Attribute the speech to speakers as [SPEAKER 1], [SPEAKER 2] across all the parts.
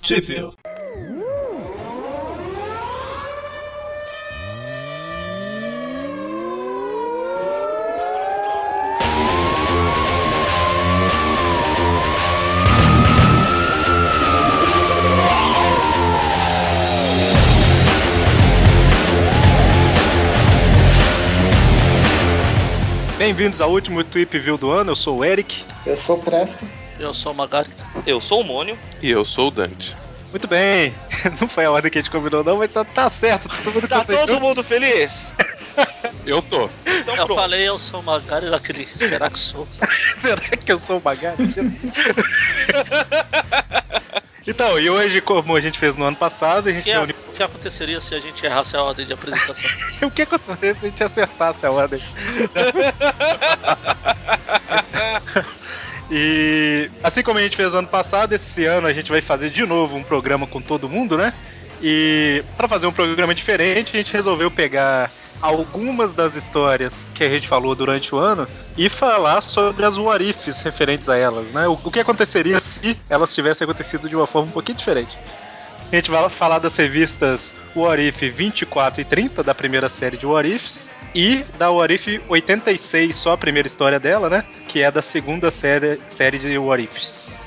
[SPEAKER 1] Possível. Bem-vindos ao último Tweep View do ano, eu sou o Eric.
[SPEAKER 2] Eu sou o Presto.
[SPEAKER 3] Eu sou o Magari. Eu
[SPEAKER 4] um
[SPEAKER 3] sou o Mônio.
[SPEAKER 5] E eu sou o Dante.
[SPEAKER 1] Muito bem, não foi a ordem que a gente combinou não, mas tá, tá certo. Todo mundo
[SPEAKER 3] Tá
[SPEAKER 1] contente.
[SPEAKER 3] todo mundo feliz?
[SPEAKER 5] Eu tô.
[SPEAKER 3] Então
[SPEAKER 4] Eu
[SPEAKER 3] pronto.
[SPEAKER 4] falei, eu sou o Magari daquele. Será que sou?
[SPEAKER 1] Será que eu sou o bagulho? então, e hoje, como a gente fez no ano passado, a
[SPEAKER 4] O
[SPEAKER 1] gente
[SPEAKER 4] que,
[SPEAKER 1] reuniu...
[SPEAKER 4] o que aconteceria se a gente errasse a ordem de apresentação?
[SPEAKER 1] O que aconteceria se a gente acertasse a ordem? e assim como a gente fez no ano passado, esse ano a gente vai fazer de novo um programa com todo mundo, né? E para fazer um programa diferente, a gente resolveu pegar algumas das histórias que a gente falou durante o ano e falar sobre as warifs referentes a elas, né? O, o que aconteceria se elas tivessem acontecido de uma forma um pouquinho diferente. A gente vai falar das revistas Warif 24 e 30, da primeira série de Warifs, e da Warif 86, só a primeira história dela, né? Que é da segunda série, série de Warifs.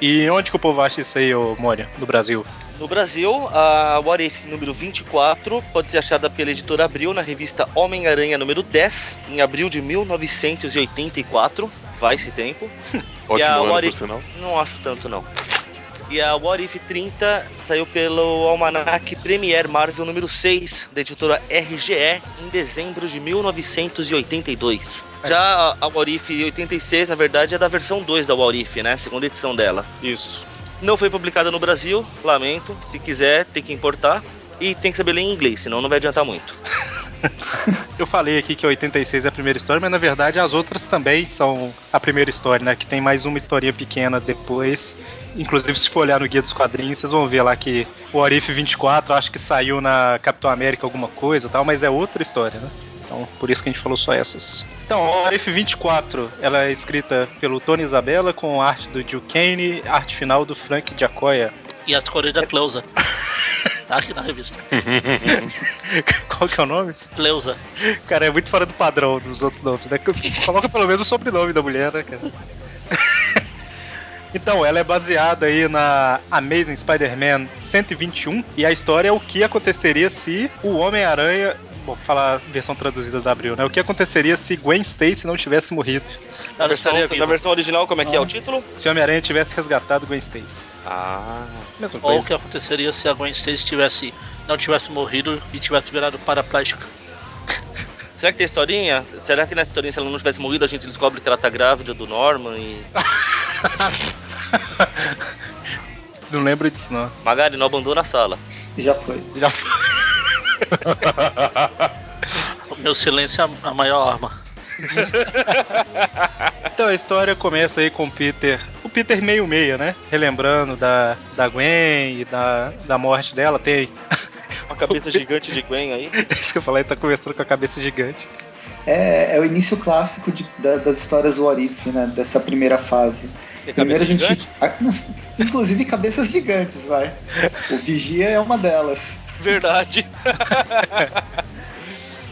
[SPEAKER 1] E onde que o povo acha isso aí, ô Mônia? No Brasil?
[SPEAKER 3] No Brasil, a What If número 24 pode ser achada pela editora Abril na revista Homem-Aranha número 10, em abril de 1984. Vai esse tempo.
[SPEAKER 5] Ótimo
[SPEAKER 3] a
[SPEAKER 5] ano,
[SPEAKER 3] Lori-
[SPEAKER 5] por sinal.
[SPEAKER 3] Não acho tanto, não. E a What If 30 saiu pelo Almanac Premier Marvel número 6, da editora RGE, em dezembro de 1982. Já a- a What If 86, na verdade, é da versão 2 da What If, né? Segunda edição dela.
[SPEAKER 1] Isso.
[SPEAKER 3] Não foi publicada no Brasil, lamento. Se quiser, tem que importar. E tem que saber ler em inglês, senão não vai adiantar muito.
[SPEAKER 1] Eu falei aqui que 86 é a primeira história, mas na verdade as outras também são a primeira história, né? Que tem mais uma historinha pequena depois. Inclusive, se for olhar no Guia dos Quadrinhos, vocês vão ver lá que o Orif 24 acho que saiu na Capitão América alguma coisa e tal, mas é outra história, né? Então, por isso que a gente falou só essas. Então, a Orif 24, ela é escrita pelo Tony Isabella, com arte do Jill Kane, arte final do Frank Giacoya.
[SPEAKER 4] E as cores da Cleusa. Tá aqui na revista.
[SPEAKER 1] Qual que é o nome?
[SPEAKER 4] Cleusa.
[SPEAKER 1] Cara, é muito fora do padrão dos outros nomes, né? Coloca pelo menos o sobrenome da mulher, né, cara? Então, ela é baseada aí na Amazing Spider-Man 121 e a história é o que aconteceria se o Homem-Aranha, bom, falar a versão traduzida da Abril, né? O que aconteceria se Gwen Stacy não tivesse morrido?
[SPEAKER 3] Na
[SPEAKER 4] Ela
[SPEAKER 3] versão,
[SPEAKER 4] estaria
[SPEAKER 3] na
[SPEAKER 4] viva.
[SPEAKER 3] versão original, como é que é o título?
[SPEAKER 1] Se o Homem-Aranha tivesse resgatado Gwen Stacy.
[SPEAKER 5] Ah.
[SPEAKER 1] Mesma
[SPEAKER 4] Ou o
[SPEAKER 1] coisa.
[SPEAKER 4] que aconteceria se a Gwen Stacy tivesse, não tivesse morrido e tivesse virado paraplégica?
[SPEAKER 3] Será que tem historinha? Será que nessa historinha, se ela não tivesse morrido, a gente descobre que ela tá grávida do Norman e.
[SPEAKER 1] Não lembro disso, não.
[SPEAKER 3] Magari não abandona a sala.
[SPEAKER 2] Já foi.
[SPEAKER 1] Já
[SPEAKER 4] O meu silêncio é a- a maior arma.
[SPEAKER 1] Então a história começa aí com o Peter. O Peter meio meia, né? Relembrando da, da Gwen e da, da morte dela. Tem.
[SPEAKER 3] Uma cabeça gigante de Gwen aí.
[SPEAKER 1] Isso que eu falei, tá conversando com a cabeça gigante.
[SPEAKER 2] É, é o início clássico de- da- das histórias What If, né? Dessa primeira fase.
[SPEAKER 3] Tem
[SPEAKER 2] Primeiro
[SPEAKER 3] cabeça
[SPEAKER 2] a gente.
[SPEAKER 3] gigante.
[SPEAKER 2] Ah, nossa, inclusive cabeças gigantes, vai. O Vigia é uma delas.
[SPEAKER 3] Verdade.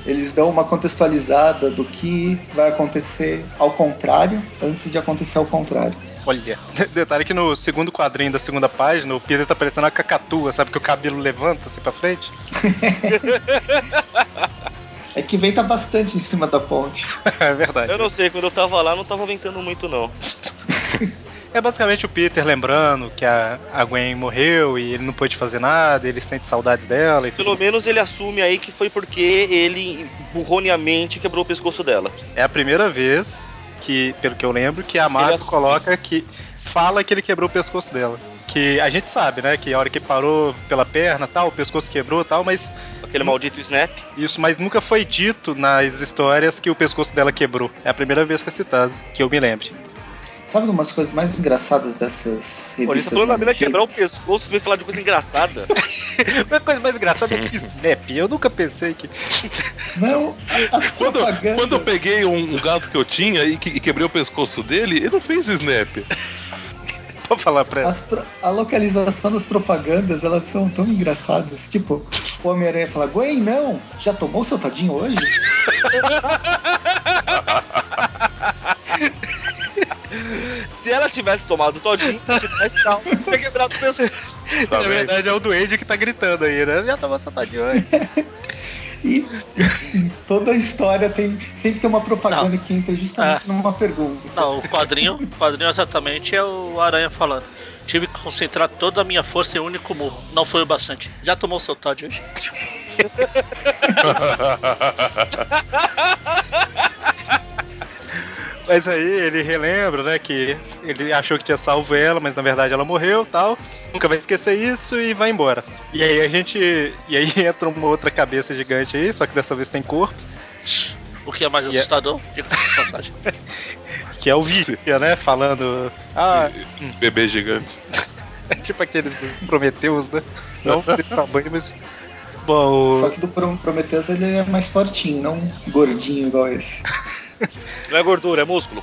[SPEAKER 2] Eles dão uma contextualizada do que vai acontecer ao contrário, antes de acontecer ao contrário.
[SPEAKER 1] Olha. Detalhe que no segundo quadrinho da segunda página, o Peter tá parecendo uma cacatua, sabe? Que o cabelo levanta assim pra frente.
[SPEAKER 2] É que venta bastante em cima da ponte.
[SPEAKER 1] é verdade.
[SPEAKER 3] Eu não sei, quando eu tava lá, não tava ventando muito, não.
[SPEAKER 1] É basicamente o Peter lembrando que a, a Gwen morreu e ele não pôde fazer nada, ele sente saudades dela e
[SPEAKER 3] Pelo
[SPEAKER 1] tudo.
[SPEAKER 3] menos ele assume aí que foi porque ele burroneamente quebrou o pescoço dela.
[SPEAKER 1] É a primeira vez que, pelo que eu lembro, que a Marvel
[SPEAKER 3] assume.
[SPEAKER 1] coloca que fala que ele quebrou o pescoço dela. Que a gente sabe, né? Que a hora que parou pela perna, tal, o pescoço quebrou, tal, mas
[SPEAKER 3] Aquele maldito Snap.
[SPEAKER 1] isso, mas nunca foi dito nas histórias que o pescoço dela quebrou. É a primeira vez que é citado, que eu me lembre.
[SPEAKER 2] Sabe uma das coisas mais engraçadas dessas revistas?
[SPEAKER 3] Olha, você tá falando da
[SPEAKER 2] mais
[SPEAKER 3] mina quebrar o
[SPEAKER 2] antigas?
[SPEAKER 3] pescoço, você vem falar de coisa engraçada.
[SPEAKER 1] A coisa mais engraçada é que Snap. Eu nunca pensei que
[SPEAKER 2] Não, as
[SPEAKER 5] Quando,
[SPEAKER 2] propagandas.
[SPEAKER 5] quando eu peguei um, um gato que eu tinha e, que- e quebrei o pescoço dele, ele não fez snap.
[SPEAKER 1] pra falar pra ela.
[SPEAKER 2] As pro- a localização das propagandas, elas são tão engraçadas. Tipo, o Homem-Aranha fala, Gwen, não, já tomou seu todinho hoje?
[SPEAKER 3] Se ela tivesse tomado todinho, tivesse tal, tinha quebrado o pescoço.
[SPEAKER 5] Tá
[SPEAKER 1] Na
[SPEAKER 5] vendo?
[SPEAKER 1] verdade, é o duende que tá gritando aí, né? Já tava sentadinho hoje.
[SPEAKER 2] E em toda a história tem sempre tem uma propaganda que entra
[SPEAKER 1] Ah.
[SPEAKER 2] justamente numa pergunta.
[SPEAKER 4] Não, o quadrinho, o quadrinho exatamente é o Aranha falando. Tive que concentrar toda a minha força em um único murro. Não foi o bastante. Já tomou seu Todd hoje?
[SPEAKER 1] Mas aí ele relembra, né, que ele achou que tinha salvo ela, mas na verdade ela morreu e tal. Nunca vai esquecer isso e vai embora. E aí a gente. E aí entra uma outra cabeça gigante aí, só que dessa vez tem corpo,
[SPEAKER 4] O que é mais
[SPEAKER 1] Yeah.
[SPEAKER 4] assustador? Diga-se de passagem.
[SPEAKER 1] que é o Vicia, né? Falando. Ah,
[SPEAKER 5] Esse bebê gigante.
[SPEAKER 1] tipo aqueles Prometeus, né? Não desse tamanho, mas. Bom,
[SPEAKER 2] Só
[SPEAKER 1] o-
[SPEAKER 2] que do Pro- Prometheus ele é mais fortinho, não gordinho igual esse.
[SPEAKER 3] Não é gordura, é músculo.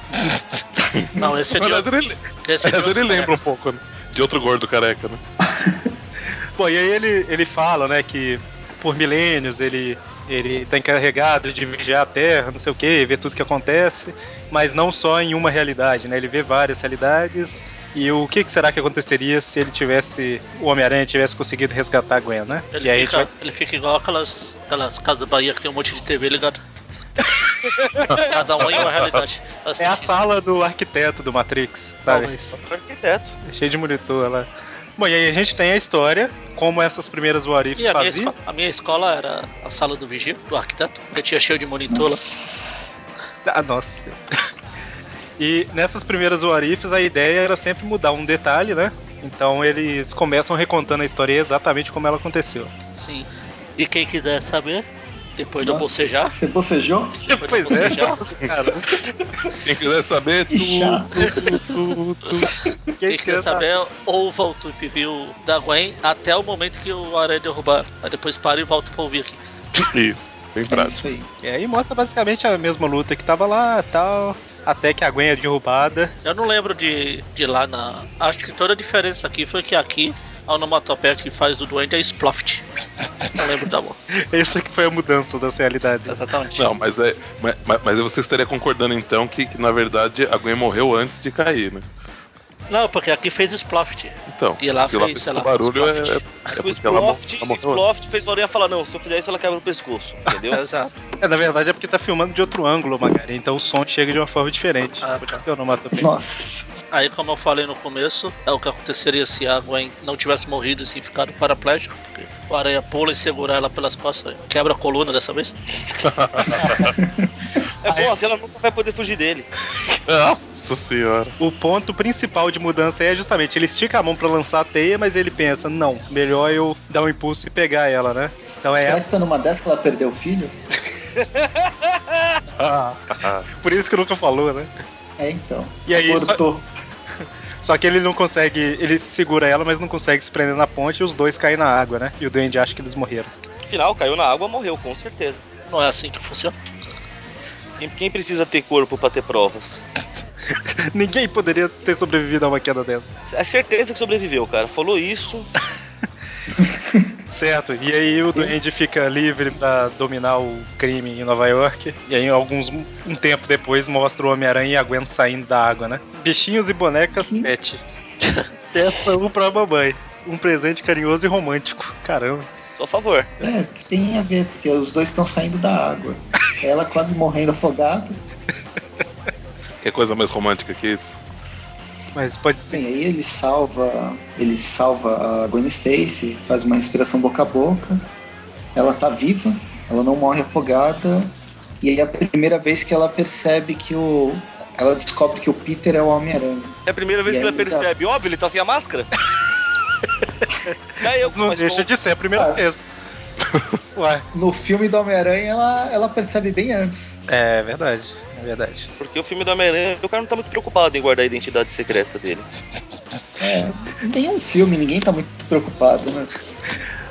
[SPEAKER 4] Não, esse é de
[SPEAKER 5] Mas
[SPEAKER 4] outro.
[SPEAKER 5] essa ele,
[SPEAKER 4] Esse é de
[SPEAKER 5] essa
[SPEAKER 4] outro.
[SPEAKER 5] ele lembra um pouco, né? De outro gordo careca, né?
[SPEAKER 1] Bom, e aí ele, ele fala, né, que por milênios ele, ele tá encarregado de vigiar a Terra, não sei o que, ver tudo que acontece, mas não só em uma realidade, né? Ele vê várias realidades. E o que, que será que aconteceria se ele tivesse. O Homem-Aranha tivesse conseguido resgatar a Gwen, né?
[SPEAKER 4] Ele,
[SPEAKER 1] e aí a gente
[SPEAKER 4] fica,
[SPEAKER 1] vai-
[SPEAKER 4] ele fica igual aquelas, aquelas casas Bahia que tem um monte de TV ligado. Cada um em uma realidade.
[SPEAKER 1] É a
[SPEAKER 4] Assistindo.
[SPEAKER 1] sala do arquiteto do Matrix,
[SPEAKER 2] Tá,
[SPEAKER 1] sabe?
[SPEAKER 4] Talvez.
[SPEAKER 3] Arquiteto.
[SPEAKER 1] É Cheio de monitor lá. Bom, e aí a gente tem a história, como essas primeiras What Ifs
[SPEAKER 4] E a minha,
[SPEAKER 1] faziam.
[SPEAKER 4] esco- a minha escola era a sala do vigio, do arquiteto, que tinha cheio de monitor lá.
[SPEAKER 1] Ah, nossa. E nessas primeiras Warifs a ideia era sempre mudar um detalhe, né? Então eles começam recontando a história exatamente como ela aconteceu.
[SPEAKER 4] Sim. assim. E quem quiser saber, depois de eu
[SPEAKER 2] Nossa.
[SPEAKER 4] bocejar,
[SPEAKER 2] Você bocejou?
[SPEAKER 4] depois de eu
[SPEAKER 1] Pois é.
[SPEAKER 4] bocejar,
[SPEAKER 1] Cara,
[SPEAKER 5] Quem quiser saber, tu,
[SPEAKER 2] Que chato.
[SPEAKER 5] tu, tu.
[SPEAKER 4] quem quiser saber, ouva o Tweep View da Gwen até o momento que o Aranha derrubar. Aí depois para e volta pra ouvir aqui.
[SPEAKER 5] Isso, bem
[SPEAKER 2] É
[SPEAKER 5] prático.
[SPEAKER 2] isso aí.
[SPEAKER 1] E aí mostra basicamente a mesma luta que tava lá tal. Até que a Gwen é derrubada.
[SPEAKER 4] Eu não lembro de, de lá na. Acho que toda a diferença aqui foi que aqui a onomatopeia que faz o doente é Sploft. Não lembro da mão.
[SPEAKER 1] Essa que foi a mudança das realidades.
[SPEAKER 4] Exatamente.
[SPEAKER 5] Não, mas é. Mas, mas- mas você estaria concordando então que, que, na verdade a Gwen morreu antes de cair, né?
[SPEAKER 4] Não, porque aqui fez Sploft.
[SPEAKER 5] Então.
[SPEAKER 4] E lá
[SPEAKER 5] se
[SPEAKER 4] fez, sei
[SPEAKER 5] o
[SPEAKER 4] lá,
[SPEAKER 5] barulho é,
[SPEAKER 4] Sploft.
[SPEAKER 5] é, é
[SPEAKER 3] o
[SPEAKER 5] porque ela mo-
[SPEAKER 3] Sploft,
[SPEAKER 5] ela morreu antes.
[SPEAKER 3] Sploft fez o Aranha falar, não, se eu fizer isso ela quebra o pescoço, entendeu?
[SPEAKER 4] Exato.
[SPEAKER 1] É, na verdade é porque tá filmando de outro ângulo, Magari. Então o som chega de uma forma diferente.
[SPEAKER 4] Ah,
[SPEAKER 1] Por isso que eu não mato bem.
[SPEAKER 2] Nossa.
[SPEAKER 4] Aí, como eu falei no começo, é o que aconteceria se a Gwen não tivesse morrido e sim ficado paraplégico. Porque o aranha pula e segura ela pelas costas, quebra a coluna dessa vez.
[SPEAKER 3] é bom, assim ela nunca vai poder fugir dele.
[SPEAKER 5] Nossa senhora.
[SPEAKER 1] O ponto principal de mudança é justamente ele estica a mão pra lançar a teia, mas ele pensa, não, melhor eu dar um impulso e pegar ela, né? Então é
[SPEAKER 2] Será que tá numa dessa que ela perdeu o filho?
[SPEAKER 1] por isso que nunca falou, né?
[SPEAKER 2] É, então.
[SPEAKER 1] E aí,
[SPEAKER 2] Cortou.
[SPEAKER 1] Só que ele não consegue, ele segura ela, mas não consegue se prender na ponte e os dois caem na água, né? E o Duende acha que eles morreram.
[SPEAKER 3] Afinal, caiu na água, morreu, com certeza.
[SPEAKER 4] Não é assim que funciona.
[SPEAKER 3] Quem, quem precisa ter corpo pra ter provas?
[SPEAKER 1] Ninguém poderia ter sobrevivido a uma queda dessa.
[SPEAKER 3] É certeza que sobreviveu, cara. Falou isso.
[SPEAKER 1] Certo, e aí o Duende fica livre pra dominar o crime em Nova York. E aí, alguns um tempo depois, mostra o Homem-Aranha e a Gwen saindo da água, né? Bichinhos e bonecas é pet. Peça um pra mamãe. Um presente carinhoso e romântico. Caramba.
[SPEAKER 3] Só a favor.
[SPEAKER 2] É, que tem a ver, porque os dois estão saindo da água. Ela quase morrendo afogada.
[SPEAKER 5] Que coisa mais romântica que isso?
[SPEAKER 1] Mas pode ser.
[SPEAKER 2] Sim, aí ele salva, ele salva a Gwen Stacy, faz uma respiração boca a boca. Ela tá viva, ela não morre afogada. E aí é a primeira vez que ela percebe que o ela descobre que o Peter é o Homem-Aranha.
[SPEAKER 3] É a primeira vez
[SPEAKER 2] E então?
[SPEAKER 3] que ela
[SPEAKER 2] ainda-
[SPEAKER 3] percebe. Óbvio, ele tá sem a máscara. Daí eu
[SPEAKER 1] Mas não
[SPEAKER 3] mas
[SPEAKER 1] deixa
[SPEAKER 3] sou-
[SPEAKER 1] de ser a primeira
[SPEAKER 2] Ah.
[SPEAKER 1] vez. Ué,
[SPEAKER 2] No filme do Homem-Aranha, ela, ela percebe bem antes.
[SPEAKER 1] é verdade. É verdade.
[SPEAKER 3] Porque o filme do Homem-Aranha, o cara não tá muito preocupado em guardar a identidade secreta dele.
[SPEAKER 2] É, nenhum filme, ninguém tá muito preocupado, né?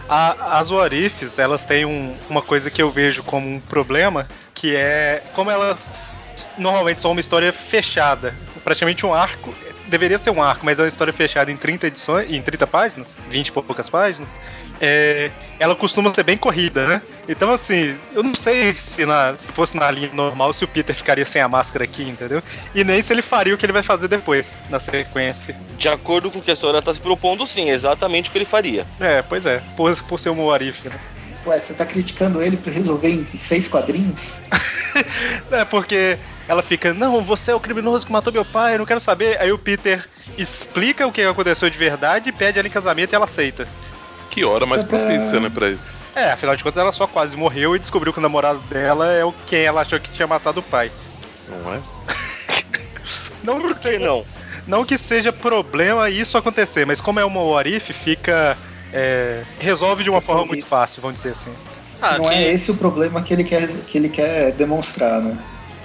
[SPEAKER 1] A- as Warifs, elas têm um- uma coisa que eu vejo como um problema, que é como elas normalmente são uma história fechada. praticamente um arco. Deveria ser um arco, mas é uma história fechada em 30 edições, em 30 páginas, 20 e poucas páginas. É, ela costuma ser bem corrida, né? Então, assim, eu não sei se, na- se fosse na linha normal se o Peter ficaria sem a máscara aqui, entendeu? E nem se ele faria o que ele vai fazer depois, na sequência.
[SPEAKER 3] De acordo com o que a história tá se propondo, sim, exatamente o que ele faria.
[SPEAKER 1] É, pois é, por, por ser um Warif, né?
[SPEAKER 2] Ué, você tá criticando ele pra resolver em seis quadrinhos?
[SPEAKER 1] É porque ela fica, não, você é o criminoso que matou meu pai, eu não quero saber. Aí o Peter explica o que aconteceu de verdade, pede ela em casamento e ela aceita.
[SPEAKER 5] Que hora mais
[SPEAKER 2] Tadã.
[SPEAKER 5] propícia, né, pra isso.
[SPEAKER 1] É, afinal de contas ela só quase morreu e descobriu que o namorado dela é o quem ela achou que tinha matado o pai.
[SPEAKER 5] Não é?
[SPEAKER 1] Não que,
[SPEAKER 3] Sei
[SPEAKER 1] seja,
[SPEAKER 3] não.
[SPEAKER 1] não que seja problema isso acontecer, mas como é uma Warif, fica. é, resolve de uma forma muito fácil, vamos dizer assim.
[SPEAKER 4] Ah,
[SPEAKER 2] não
[SPEAKER 4] que-
[SPEAKER 2] é esse o problema que ele quer, que ele quer demonstrar, né?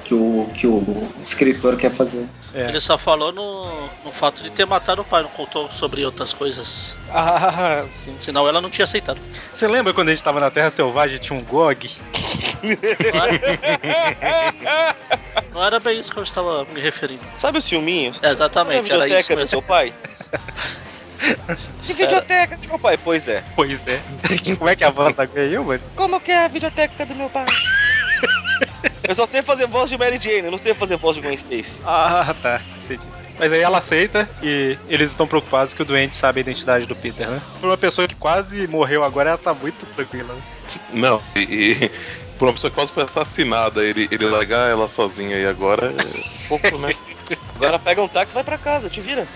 [SPEAKER 2] Que o, que o escritor quer fazer.
[SPEAKER 1] É.
[SPEAKER 4] Ele só falou no, no fato de ter matado o pai, não contou sobre outras coisas.
[SPEAKER 1] Ah, sim.
[SPEAKER 4] Senão ela não tinha aceitado.
[SPEAKER 1] Você lembra quando a gente tava na Terra Selvagem e tinha um Gog?
[SPEAKER 4] Não era- Não era bem isso que eu estava me referindo.
[SPEAKER 3] Sabe os filminhos?
[SPEAKER 4] Exatamente,
[SPEAKER 3] Sabe a
[SPEAKER 4] era isso
[SPEAKER 3] videoteca do
[SPEAKER 4] mesmo.
[SPEAKER 3] seu pai? que videoteca do meu pai? Pois é.
[SPEAKER 1] Pois é. Como é que a voz da Gwen mano?
[SPEAKER 3] Como que é a videoteca do meu pai? Eu só sei fazer voz de Mary Jane, eu não sei fazer voz de Gwen Stacy.
[SPEAKER 1] Ah, tá. Entendi. Mas aí ela aceita e eles estão preocupados que o doente sabe a identidade do Peter, né? Por uma pessoa que quase morreu agora, ela tá muito tranquila. né?
[SPEAKER 5] Não, e, e por uma pessoa que quase foi assassinada, ele, ele largar ela sozinha aí agora é pouco, né?
[SPEAKER 3] Agora pega um táxi e vai pra casa, te vira.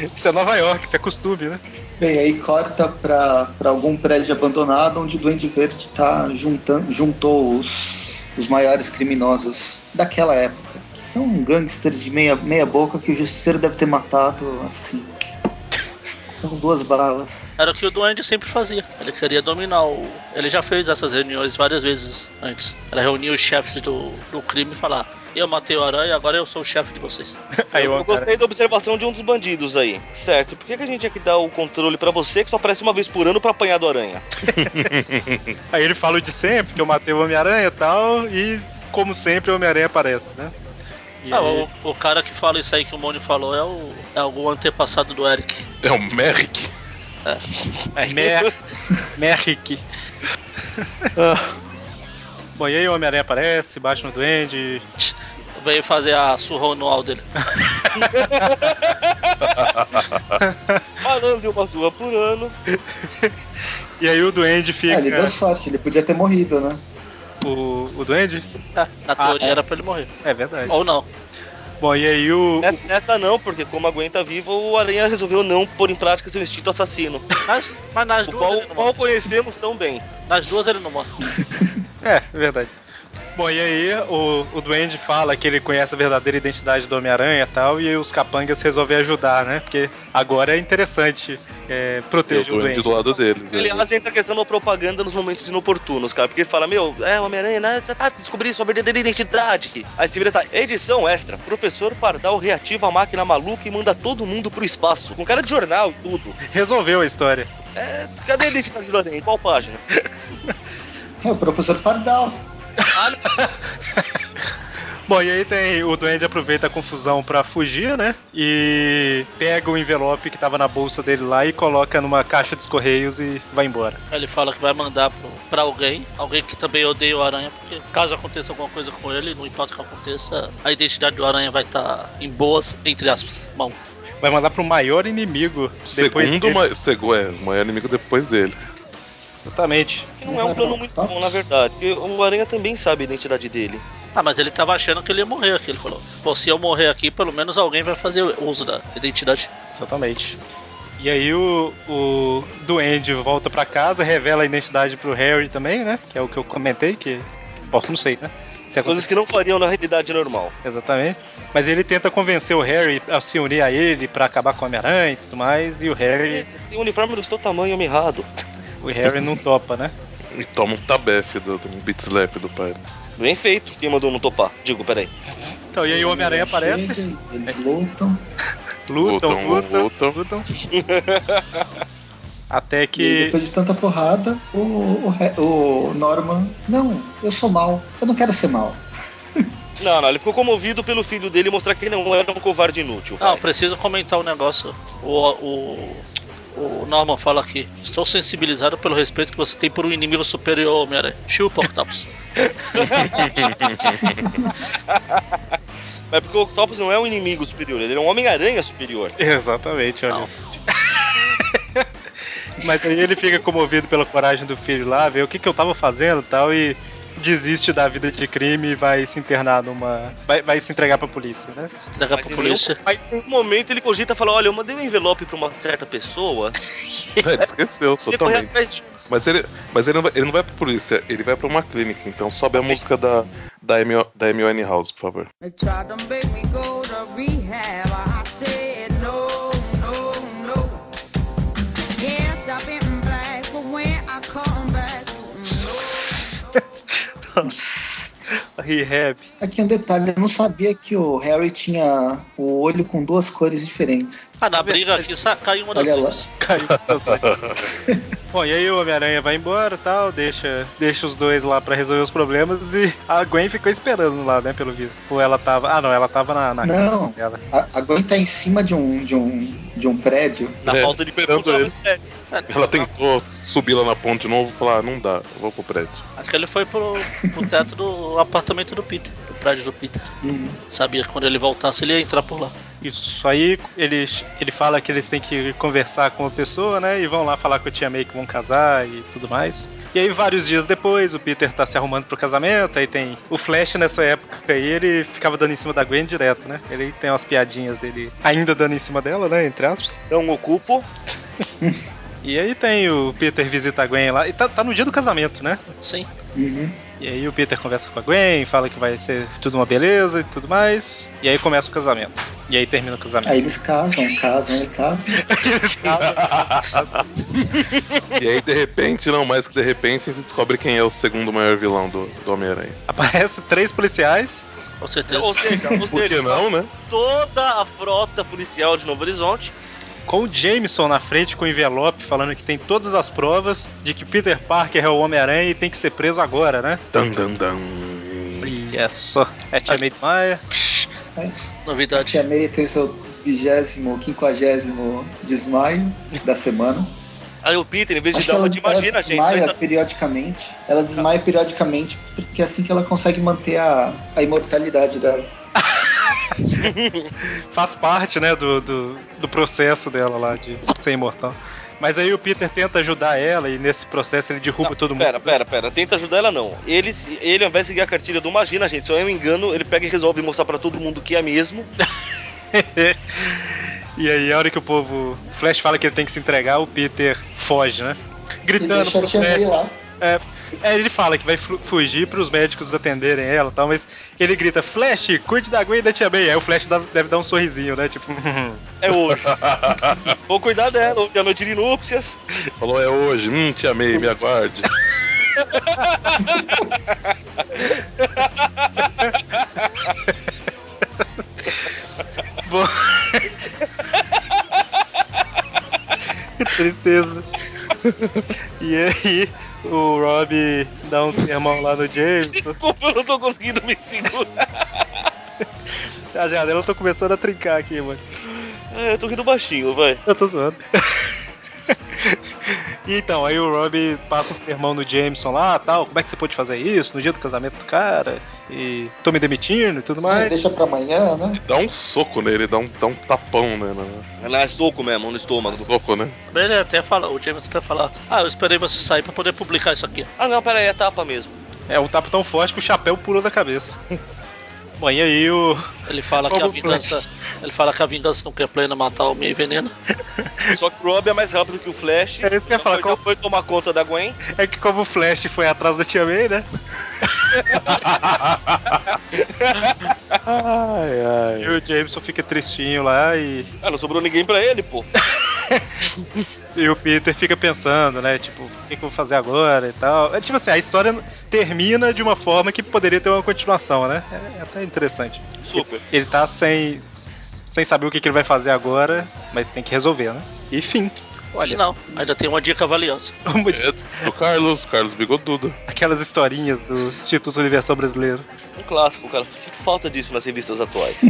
[SPEAKER 1] Isso é Nova York, isso é costume, né?
[SPEAKER 2] Bem, aí corta pra, pra algum prédio abandonado onde o Duende Verde tá juntando, juntou os, os maiores criminosos daquela época. Que são gangsters de meia, meia boca que o justiceiro deve ter matado, assim, com duas balas.
[SPEAKER 4] Era o que o Duende sempre fazia. Ele queria dominar o. Ele já fez essas reuniões várias vezes antes. Era reunir os chefes do, do crime e falar: Eu matei o aranha, agora eu sou o chefe de vocês.
[SPEAKER 1] Aí
[SPEAKER 3] eu
[SPEAKER 1] o
[SPEAKER 3] gostei
[SPEAKER 1] cara,
[SPEAKER 3] da observação de um dos bandidos aí. Certo, por que, que a gente tinha que dar o controle pra você que só aparece uma vez por ano pra apanhar do aranha?
[SPEAKER 1] aí ele fala o de sempre, que eu matei o Homem-Aranha e tal, e como sempre o Homem-Aranha aparece, né? E
[SPEAKER 4] Ah,
[SPEAKER 1] aí-
[SPEAKER 4] o, o cara que fala isso aí que o Moni falou é, o, é algum antepassado do Eric.
[SPEAKER 5] É o Merrick.
[SPEAKER 1] Mer- Merrick. Bom, e aí o Homem-Aranha aparece, bate no Duende.
[SPEAKER 4] Veio fazer a surra anual dele.
[SPEAKER 3] Falando Ah, de uma sua por ano.
[SPEAKER 1] Uh, E aí o Duende
[SPEAKER 2] Ah,
[SPEAKER 1] fica.
[SPEAKER 2] ele deu sorte, ele podia ter morrido, né?
[SPEAKER 1] o, o Duende?
[SPEAKER 4] É, na teoria
[SPEAKER 1] é.
[SPEAKER 4] era pra ele morrer.
[SPEAKER 1] É verdade.
[SPEAKER 4] Ou não.
[SPEAKER 1] Bom, e aí o.
[SPEAKER 3] Nessa, nessa não, porque como aguenta viva, o aranha resolveu não pôr em prática seu instinto assassino.
[SPEAKER 4] Mas, mas nas,
[SPEAKER 3] O
[SPEAKER 4] duas
[SPEAKER 3] qual,
[SPEAKER 4] ele
[SPEAKER 3] o
[SPEAKER 4] não
[SPEAKER 3] qual
[SPEAKER 4] morre.
[SPEAKER 3] conhecemos tão bem.
[SPEAKER 4] nas duas ele não morre.
[SPEAKER 1] É, verdade. Bom, e aí o, o Duende fala que ele conhece a verdadeira identidade do Homem-Aranha e tal, e os capangas resolvem ajudar, né? Porque agora é interessante é,
[SPEAKER 5] Tem o
[SPEAKER 1] proteger o
[SPEAKER 5] doente
[SPEAKER 1] Duende.
[SPEAKER 5] do lado deles. né?
[SPEAKER 3] Aliás, entra a questão da propaganda nos momentos inoportunos, cara. Porque ele fala, meu, é Homem-Aranha, né? Ah, descobri sua verdadeira identidade. Aí se vira, tá, edição extra. Professor Pardal reativa a máquina maluca e manda todo mundo pro espaço. Com cara de jornal e tudo.
[SPEAKER 1] Resolveu a história.
[SPEAKER 3] É, cadê a identidade do Aranha? Em qual página?
[SPEAKER 2] É o professor Pardal.
[SPEAKER 1] Bom, e aí tem o Duende aproveita a confusão pra fugir, né? E pega o envelope que tava na bolsa dele lá e coloca numa caixa dos correios e vai embora.
[SPEAKER 4] Aí Ele fala que vai mandar pro, pra alguém, alguém que também odeia o Aranha, porque caso aconteça alguma coisa com ele, não importa o que aconteça, a identidade do Aranha vai estar em boas, entre aspas, mãos.
[SPEAKER 1] Vai mandar pro maior inimigo. um depois
[SPEAKER 5] Segundo
[SPEAKER 1] dele.
[SPEAKER 5] ma... segu... é, o maior inimigo depois dele.
[SPEAKER 1] Exatamente.
[SPEAKER 3] Que não é um plano muito bom, na verdade. Porque o Aranha também sabe a identidade dele.
[SPEAKER 4] Ah, mas ele tava achando que ele ia morrer aqui. Ele falou: Pô, se eu morrer aqui, pelo menos alguém vai fazer uso da identidade.
[SPEAKER 1] Exatamente. E aí o, o Duende volta pra casa, revela a identidade pro Harry também, né? Que é o que eu comentei, que. Bom, não sei, né? Se
[SPEAKER 3] Coisas
[SPEAKER 1] aconteceu
[SPEAKER 3] que não fariam na realidade normal.
[SPEAKER 1] exatamente. Mas ele tenta convencer o Harry a se unir a ele pra acabar com a Homem-Aranha e tudo mais, e o Harry,
[SPEAKER 3] Tem um uniforme do seu tamanho, homem errado.
[SPEAKER 1] o Harry não topa, né?
[SPEAKER 5] E toma um tabefe do, do um beat slap do pai.
[SPEAKER 3] Bem feito. Quem mandou não topar? Digo, peraí.
[SPEAKER 1] Então, e aí o Homem-Aranha aparece,
[SPEAKER 2] Chega, Eles lutam.
[SPEAKER 1] lutam,
[SPEAKER 5] Lutam,
[SPEAKER 1] lutam, lutam.
[SPEAKER 5] lutam.
[SPEAKER 1] Até
[SPEAKER 2] E
[SPEAKER 1] que.
[SPEAKER 2] depois de tanta porrada, o, o, Re- o Norman. Não, eu sou mal. Eu não quero ser mal.
[SPEAKER 3] Não, não, ele ficou comovido pelo filho dele mostrar que ele não era um covarde inútil.
[SPEAKER 4] Ah, eu
[SPEAKER 3] vai.
[SPEAKER 4] preciso comentar um negócio. O, o, o Norman fala aqui. Estou sensibilizado pelo respeito que você tem por um inimigo superior, Homem-Aranha. Chupa, Octopus.
[SPEAKER 3] Mas porque o Octopus não é um inimigo superior, ele é um Homem-Aranha superior.
[SPEAKER 1] Exatamente, olha
[SPEAKER 4] Não.
[SPEAKER 1] isso. Mas aí ele fica comovido pela coragem do filho lá, vê o que, que eu tava fazendo e tal, e desiste da vida de crime e vai se internar numa. Vai, vai se entregar pra polícia, né?
[SPEAKER 4] Entrega
[SPEAKER 3] Mas
[SPEAKER 4] pra
[SPEAKER 3] em
[SPEAKER 4] polícia.
[SPEAKER 3] Mas em um momento ele cogita e fala: Olha, eu mandei um envelope pra uma certa pessoa.
[SPEAKER 5] Ele É, esqueceu
[SPEAKER 3] Você corre
[SPEAKER 5] totalmente.
[SPEAKER 3] atrás de.
[SPEAKER 5] Mas ele, mas ele, não vai, ele não vai pra polícia, ele vai pra uma clínica. Então sobe a música da, da, Amy, da Amy Winehouse, por favor.
[SPEAKER 6] They tried to make me go to rehab. I said no, no, no. Yes, I've been black, but when I come back, mm, no, no.
[SPEAKER 1] Rehab.
[SPEAKER 2] Aqui um detalhe, eu não sabia que o Harry tinha o olho com duas cores diferentes.
[SPEAKER 4] Ah, na briga aqui, saca em uma das
[SPEAKER 2] Olha lá.
[SPEAKER 4] duas.
[SPEAKER 1] Caiu todas as vezes. Bom, e aí o Homem-Aranha vai embora e tal, deixa, deixa os dois lá pra resolver os problemas e a Gwen ficou esperando lá, né, pelo visto. Ou ela tava. Ah, não, ela tava na, na
[SPEAKER 2] Não.
[SPEAKER 1] casa dela.
[SPEAKER 2] A, a Gwen tá em cima de um, de um, de um prédio.
[SPEAKER 3] Na
[SPEAKER 5] É,
[SPEAKER 3] falta de
[SPEAKER 5] esperando
[SPEAKER 3] controle.
[SPEAKER 5] ele. Ela tentou subir lá na ponte de novo e falar: ah, não dá, eu vou pro prédio.
[SPEAKER 4] Acho que ele foi pro, pro teto do apartamento do Peter, do prédio do Peter.
[SPEAKER 2] Hum.
[SPEAKER 4] Sabia que quando ele voltasse ele ia entrar por lá.
[SPEAKER 1] Isso aí, ele, ele fala que eles têm que conversar com a pessoa, né? E vão lá falar com a tia May que vão casar e tudo mais. E aí, vários dias depois, o Peter tá se arrumando pro casamento. Aí tem o Flash nessa época aí, ele ficava dando em cima da Gwen direto, né? Ele tem umas piadinhas dele ainda dando em cima dela, né? Entre aspas.
[SPEAKER 3] Então ocupo.
[SPEAKER 1] E aí tem o Peter visita a Gwen lá. E tá, tá no dia do casamento, né?
[SPEAKER 4] Sim.
[SPEAKER 2] Uhum.
[SPEAKER 1] E aí o Peter conversa com a Gwen, fala que vai ser tudo uma beleza e tudo mais. E aí começa o casamento. E aí termina o casamento.
[SPEAKER 2] Aí eles casam, casam, ele casa.
[SPEAKER 5] E aí, de repente, não, mais que de repente, a gente descobre quem é o segundo maior vilão do, do Homem-Aranha.
[SPEAKER 1] Aparece três policiais.
[SPEAKER 4] Com certeza.
[SPEAKER 3] Ou seja, ou
[SPEAKER 5] Por que
[SPEAKER 3] seja
[SPEAKER 5] não, né?
[SPEAKER 3] toda a frota policial de Novo Horizonte.
[SPEAKER 1] com o Jameson na frente com o envelope falando que tem todas as provas de que Peter Parker é o Homem-Aranha e tem que ser preso agora, né?
[SPEAKER 5] Dan, dan, dan.
[SPEAKER 1] Olha só. É Tia May Maia.
[SPEAKER 2] A
[SPEAKER 4] Novidade.
[SPEAKER 2] Tia May tem seu vigésimo, quinquagésimo desmaio da semana.
[SPEAKER 3] Aí o Peter, em vez de
[SPEAKER 2] Acho que
[SPEAKER 3] dar uma
[SPEAKER 2] ela,
[SPEAKER 3] de
[SPEAKER 2] ela
[SPEAKER 3] imagina, gente. tá-
[SPEAKER 2] desmaia
[SPEAKER 3] ainda-
[SPEAKER 2] periodicamente. Ela desmaia
[SPEAKER 3] Tá.
[SPEAKER 2] periodicamente porque é assim que ela consegue manter a, a imortalidade dela.
[SPEAKER 1] Faz parte, né, do, do, do processo dela lá de ser imortal. Mas aí o Peter tenta ajudar ela e nesse processo ele derruba
[SPEAKER 3] Não,
[SPEAKER 1] todo mundo.
[SPEAKER 3] Pera, pera, pera. Tenta ajudar ela, não. Ele, se- ele ao invés de seguir a cartilha do Imagina, gente, se eu não me engano, ele pega e resolve mostrar pra todo mundo que é mesmo.
[SPEAKER 1] E aí a hora que o povo... o Flash fala que ele tem que se entregar, o Peter foge, né?
[SPEAKER 2] E
[SPEAKER 1] Gritando
[SPEAKER 2] deixa a
[SPEAKER 1] pro
[SPEAKER 2] Tia May
[SPEAKER 1] Flash.
[SPEAKER 2] lá. né,
[SPEAKER 1] É, ele fala que vai flu- fugir para os médicos atenderem ela e tal, mas ele grita: Flash, cuide da Gwen e da Tia May. Aí o Flash dá- deve dar um sorrisinho, né? Tipo,
[SPEAKER 3] É hoje. Vou cuidar dela, hoje é a noite de núpcias.
[SPEAKER 5] Falou, é hoje, hum, te amei, me aguarde.
[SPEAKER 1] bom. que tristeza. E aí, o Rob dá um sermão lá no James.
[SPEAKER 3] Desculpa, eu não tô conseguindo me segurar.
[SPEAKER 1] A janela Ah, eu tô começando a trincar aqui, mano.
[SPEAKER 3] É, eu tô rindo baixinho, vai.
[SPEAKER 1] Eu tô zoando. E então, aí o Rob passa um sermão no Jameson lá, tal, como é que você pôde fazer isso no dia do casamento do cara? E tô me demitindo e tudo mais.
[SPEAKER 2] Deixa pra amanhã, né?
[SPEAKER 5] Dá um soco nele, dá um, dá um tapão, né? no-
[SPEAKER 3] Ela é soco mesmo, no estômago.
[SPEAKER 5] Soco, né?
[SPEAKER 4] Bem, Ele até fala, o James até fala, ah, eu esperei você sair pra poder publicar isso aqui.
[SPEAKER 3] Ah, não, pera aí, é tapa mesmo.
[SPEAKER 1] É um tapa tão forte que o chapéu pulou da cabeça. Bom, e aí o.
[SPEAKER 4] Ele fala que a
[SPEAKER 1] Como
[SPEAKER 4] vingança. Ele fala que a vingança não quer plena matar o meio veneno.
[SPEAKER 3] Só que o Rob é mais rápido que o Flash.
[SPEAKER 1] É isso que eu ia falar,
[SPEAKER 3] Então foi tomar conta da Gwen.
[SPEAKER 1] É que como o Flash foi atrás da Tia May, né?
[SPEAKER 5] Ai,
[SPEAKER 1] E
[SPEAKER 5] ai.
[SPEAKER 1] o Jameson fica tristinho lá e.
[SPEAKER 3] Ah, não sobrou ninguém pra ele, pô.
[SPEAKER 1] E o Peter fica pensando, né? Tipo, o que, que eu vou fazer agora e tal. É tipo assim, a história termina de uma forma que poderia ter uma continuação, né? É até interessante.
[SPEAKER 3] Super.
[SPEAKER 1] Ele tá sem, sem saber o que, que ele vai fazer agora, mas tem que resolver, né? E fim. Olha,
[SPEAKER 4] Não, ainda tem uma dica valiosa.
[SPEAKER 5] É do Carlos, Carlos Bigodudo.
[SPEAKER 1] aquelas historinhas do Instituto Universal Brasileiro.
[SPEAKER 3] Um clássico, cara. Sinto falta disso nas revistas atuais.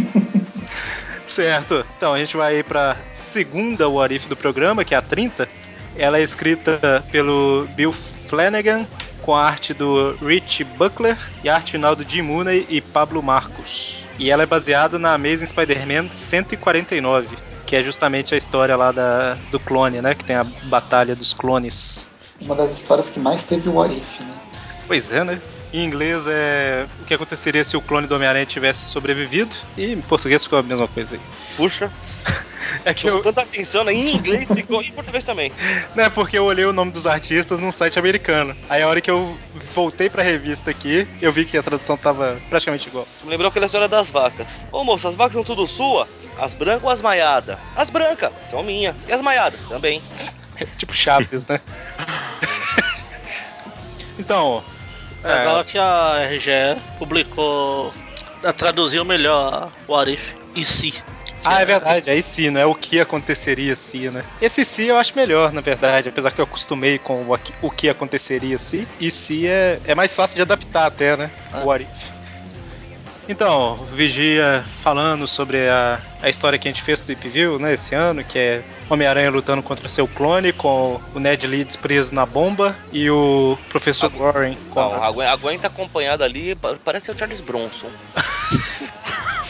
[SPEAKER 1] Certo. Então a gente vai aí pra segunda What If do programa, que é a 30. Ela é escrita pelo Bill Flanagan, com a arte do Rich Buckler e a arte final do Jim Mooney e Pablo Marcos. E ela é baseada na Amazing Spider-Man 149, que é justamente a história lá da, do clone, né? Que tem a batalha dos clones.
[SPEAKER 2] Uma das histórias que mais teve o What If, né?
[SPEAKER 1] Pois é, né? Em inglês é o que aconteceria se o clone do Homem-Aranha tivesse sobrevivido. E em português ficou a mesma coisa aí.
[SPEAKER 3] Puxa,
[SPEAKER 1] É que
[SPEAKER 3] eu...
[SPEAKER 1] eu,
[SPEAKER 3] tanta atenção né? em inglês ficou em português também.
[SPEAKER 1] né, porque eu olhei o nome dos artistas num site americano. Aí a hora que eu voltei pra revista aqui, eu vi que a tradução tava praticamente igual.
[SPEAKER 3] Tu me lembrou aquela história das vacas. Ô moça, as vacas são tudo sua? As brancas ou as maiadas? As brancas são minha. E as maiadas também.
[SPEAKER 1] tipo Chaves, né? então,
[SPEAKER 4] É,
[SPEAKER 1] É.
[SPEAKER 4] agora que a RGE publicou, ah, traduziu melhor o Arif e si.
[SPEAKER 1] ah, é verdade, aí sim, né? O que aconteceria se, né? Esse se eu acho melhor, na verdade, apesar que eu acostumei com o aqui- o que aconteceria se, e se é, é mais fácil de adaptar até, né? O What If. Então, Vigia falando sobre a, a história que a gente fez do Deep View, né, esse ano, que é Homem-Aranha lutando contra seu clone, com o Ned Leeds preso na bomba e o Professor Warren com a-
[SPEAKER 3] Não, agu- aguenta acompanhado tá ali, pa- parece o Charles Bronson.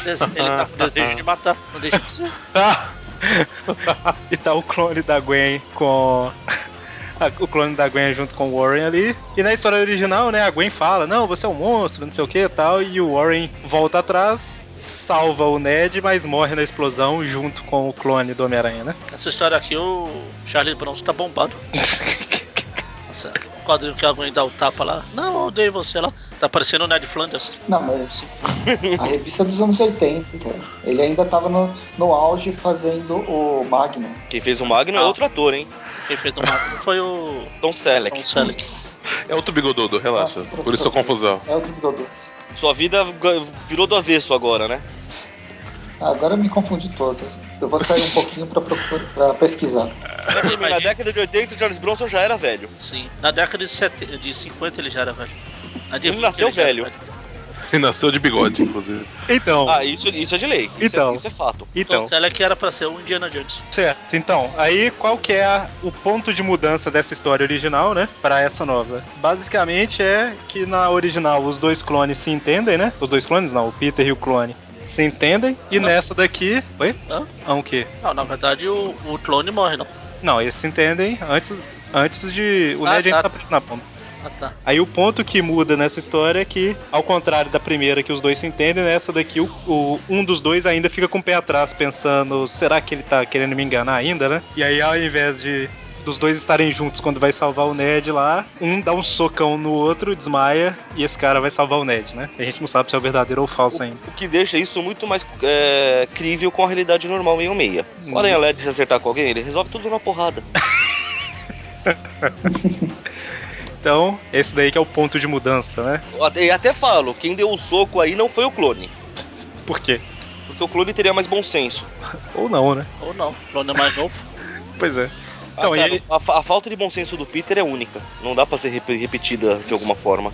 [SPEAKER 4] Ele tá com desejo de matar, não deixa de ser.
[SPEAKER 1] E tá o clone da Gwen com. a- O clone da Gwen junto com o Warren ali. E na história original, né? A Gwen fala: Não, você é um monstro, não sei o que e tal. E o Warren volta atrás, salva o Ned, mas morre na explosão junto com o clone do Homem-Aranha, né?
[SPEAKER 4] Essa história aqui, o Charlie Bronson tá bombado. Nossa, o quadrinho que alguém dá o tapa lá. Não, eu odeio você lá. Tá parecendo o Ned Flanders.
[SPEAKER 2] Não, mas a revista dos anos 80. Ele ainda tava no, no auge fazendo o Magnum.
[SPEAKER 3] Quem fez o Magno é outro ator, hein?
[SPEAKER 4] Quem fez o mapa foi o
[SPEAKER 3] Tom Selleck.
[SPEAKER 4] Tom Selleck.
[SPEAKER 5] É outro Bigodudo, relaxa.
[SPEAKER 2] Nossa,
[SPEAKER 5] Por isso a confusão.
[SPEAKER 2] É o Tribigodô.
[SPEAKER 3] Sua vida ga- virou do avesso agora, né?
[SPEAKER 2] Ah, agora eu me confundi todo. Eu vou sair um pouquinho pra, procurar, pra pesquisar.
[SPEAKER 3] Na década de 80, o Charles Bronson já era velho.
[SPEAKER 4] Sim, na década de, sete- de 50 ele já era velho. Na de
[SPEAKER 3] Ele
[SPEAKER 4] 20
[SPEAKER 3] nasceu
[SPEAKER 4] já era
[SPEAKER 3] velho.
[SPEAKER 5] Ele nasceu de bigode, inclusive.
[SPEAKER 1] Então.
[SPEAKER 3] Ah, isso, isso é de lei. Isso,
[SPEAKER 1] Então.
[SPEAKER 3] é, isso é fato.
[SPEAKER 1] então.
[SPEAKER 4] Tom Selleck era pra ser o Indiana Jones.
[SPEAKER 1] Certo, então, aí qual que é a- o ponto de mudança dessa história original, né, Pra essa nova? Basicamente é que na original os dois clones se entendem, né? Os dois clones não, o Peter e o clone se entendem e nessa daqui, oi?
[SPEAKER 4] Hã?
[SPEAKER 1] Ah, o quê?
[SPEAKER 4] Não, na verdade o, o clone morre, não.
[SPEAKER 1] Não, eles se entendem antes antes de o
[SPEAKER 4] Ah,
[SPEAKER 1] Ned
[SPEAKER 4] tá.
[SPEAKER 1] ainda tá preso na bomba.
[SPEAKER 4] Ah tá.
[SPEAKER 1] Aí o ponto que muda nessa história é que, ao contrário da primeira que os dois se entendem, nessa daqui o, o- um dos dois ainda fica com o pé atrás, pensando, será que ele tá querendo me enganar ainda, né? E aí ao invés de dos dois estarem juntos quando vai salvar o Ned lá, um dá um socão no outro, desmaia, e esse cara vai salvar o Ned, né? A gente não sabe se é o verdadeiro ou o falso ainda.
[SPEAKER 3] O, o que deixa isso muito mais é, crível com a realidade normal meio meia.
[SPEAKER 1] Uhum.
[SPEAKER 3] O Aranha LED, se acertar com alguém, ele resolve tudo numa porrada.
[SPEAKER 1] Então, esse daí que é o ponto de mudança, né?
[SPEAKER 3] Eu até, eu até falo, quem deu o soco aí não foi o clone.
[SPEAKER 1] Por quê?
[SPEAKER 3] Porque o clone teria mais bom senso.
[SPEAKER 1] Ou não, né?
[SPEAKER 4] Ou não, o clone é mais novo.
[SPEAKER 1] Pois é.
[SPEAKER 3] Ah,
[SPEAKER 1] Então, e
[SPEAKER 3] cara,
[SPEAKER 1] aí-
[SPEAKER 3] a, fa- a falta de bom senso do Peter é única. Não dá pra ser rep- repetida de alguma forma.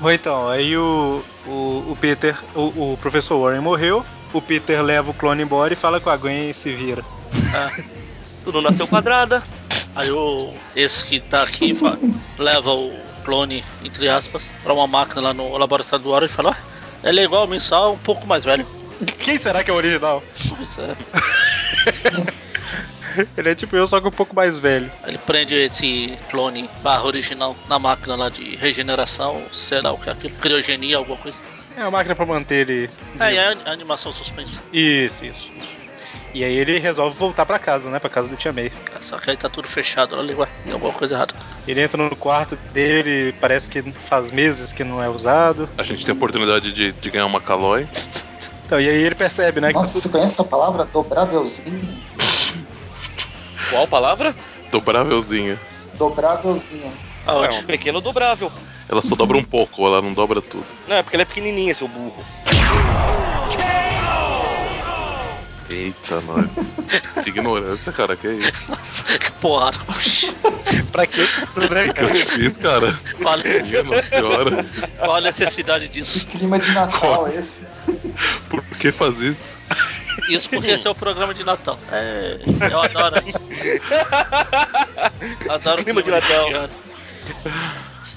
[SPEAKER 1] Ou então, aí o, o, o Peter, o, o professor Warren morreu, o Peter leva o clone embora e fala com a Gwen e se vira.
[SPEAKER 4] Ah,
[SPEAKER 3] Tu não nasceu quadrada.
[SPEAKER 4] Aí o esse que tá aqui fa- leva o clone, entre aspas, pra uma máquina lá no laboratório do Oro e fala, ah, ele é igual ao mensal, um pouco mais velho.
[SPEAKER 1] Quem será que é o original?
[SPEAKER 4] Pois é.
[SPEAKER 1] Ele é tipo eu, só que um pouco mais velho.
[SPEAKER 4] Ele prende esse clone barra original na máquina lá de regeneração, sei lá o que é aquilo, criogenia, alguma coisa.
[SPEAKER 1] É uma máquina pra manter ele. vivo.
[SPEAKER 4] É, e a a animação suspensa.
[SPEAKER 1] Isso, isso. E aí ele resolve voltar pra casa, né? Pra casa do Tia May.
[SPEAKER 4] É, Só que aí tá tudo fechado, olha ali, ué, tem alguma coisa errada.
[SPEAKER 1] Ele entra no quarto dele, parece que faz meses que não é usado.
[SPEAKER 5] A gente tem a oportunidade de, de ganhar uma calói.
[SPEAKER 1] Então, e aí ele percebe, né? que tá
[SPEAKER 2] Nossa,
[SPEAKER 1] tudo-
[SPEAKER 2] você conhece essa palavra? Dobrávelzinha?
[SPEAKER 3] Qual palavra?
[SPEAKER 5] Dobrávelzinha.
[SPEAKER 2] Dobrávelzinha.
[SPEAKER 3] É
[SPEAKER 4] Aonde?
[SPEAKER 3] um pequeno dobrável.
[SPEAKER 5] Ela só dobra um pouco, ela não dobra tudo.
[SPEAKER 3] Não, é porque ele é pequenininha, seu burro.
[SPEAKER 5] Eita, nós. Que Ignorância, cara, que é isso?
[SPEAKER 4] Que porra.
[SPEAKER 1] Pra que isso, né,
[SPEAKER 5] O que eu fiz, cara?
[SPEAKER 4] Qual,
[SPEAKER 5] Minha nossa senhora,
[SPEAKER 4] qual a necessidade disso?
[SPEAKER 2] Clima de Natal é esse.
[SPEAKER 5] por que fazer isso?
[SPEAKER 4] Isso porque esse é o programa de Natal. É, eu adoro isso. Adoro o
[SPEAKER 3] Clima
[SPEAKER 4] clima
[SPEAKER 3] de Natal.
[SPEAKER 4] corintiano.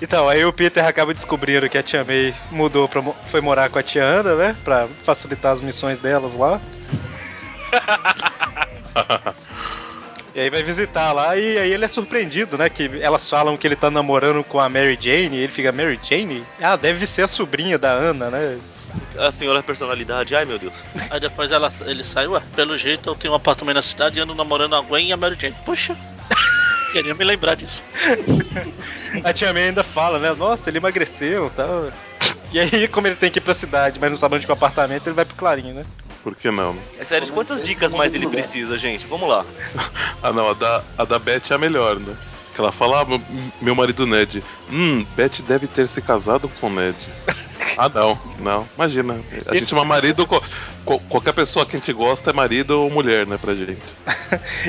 [SPEAKER 1] Então, aí o Peter acaba descobrindo que a tia May mudou, pra, mo- foi morar com a tia Ana, né? Pra facilitar as missões delas lá. e aí vai visitar lá e aí ele é surpreendido, né? Que elas falam que ele tá namorando com a Mary Jane e ele fica, Mary Jane? Ah, deve ser a sobrinha da Ana, né?
[SPEAKER 3] A senhora personalidade, ai meu Deus.
[SPEAKER 4] Aí depois ela, ele sai, ué, pelo jeito eu tenho um apartamento na cidade e ando namorando a Gwen e a Mary Jane. Puxa, queria me lembrar disso.
[SPEAKER 1] A tia May ainda fala, né? Nossa, ele emagreceu e tal. E aí, como ele tem que ir pra cidade, mas não sabe onde que é o apartamento, ele vai pro Clarinho, né?
[SPEAKER 5] Por que não?
[SPEAKER 3] É sério, de quantas dicas mais ele precisa, gente? Vamos lá.
[SPEAKER 5] Ah, não, a da, a da Beth é a melhor, né? Que ela fala, ah, meu, meu marido Ned. Hum, Beth deve ter se casado com o Ned. Ah, não, não. Imagina. A
[SPEAKER 1] Esse-
[SPEAKER 5] gente chama marido. co- co- qualquer pessoa que a gente gosta é marido ou mulher, né, pra gente.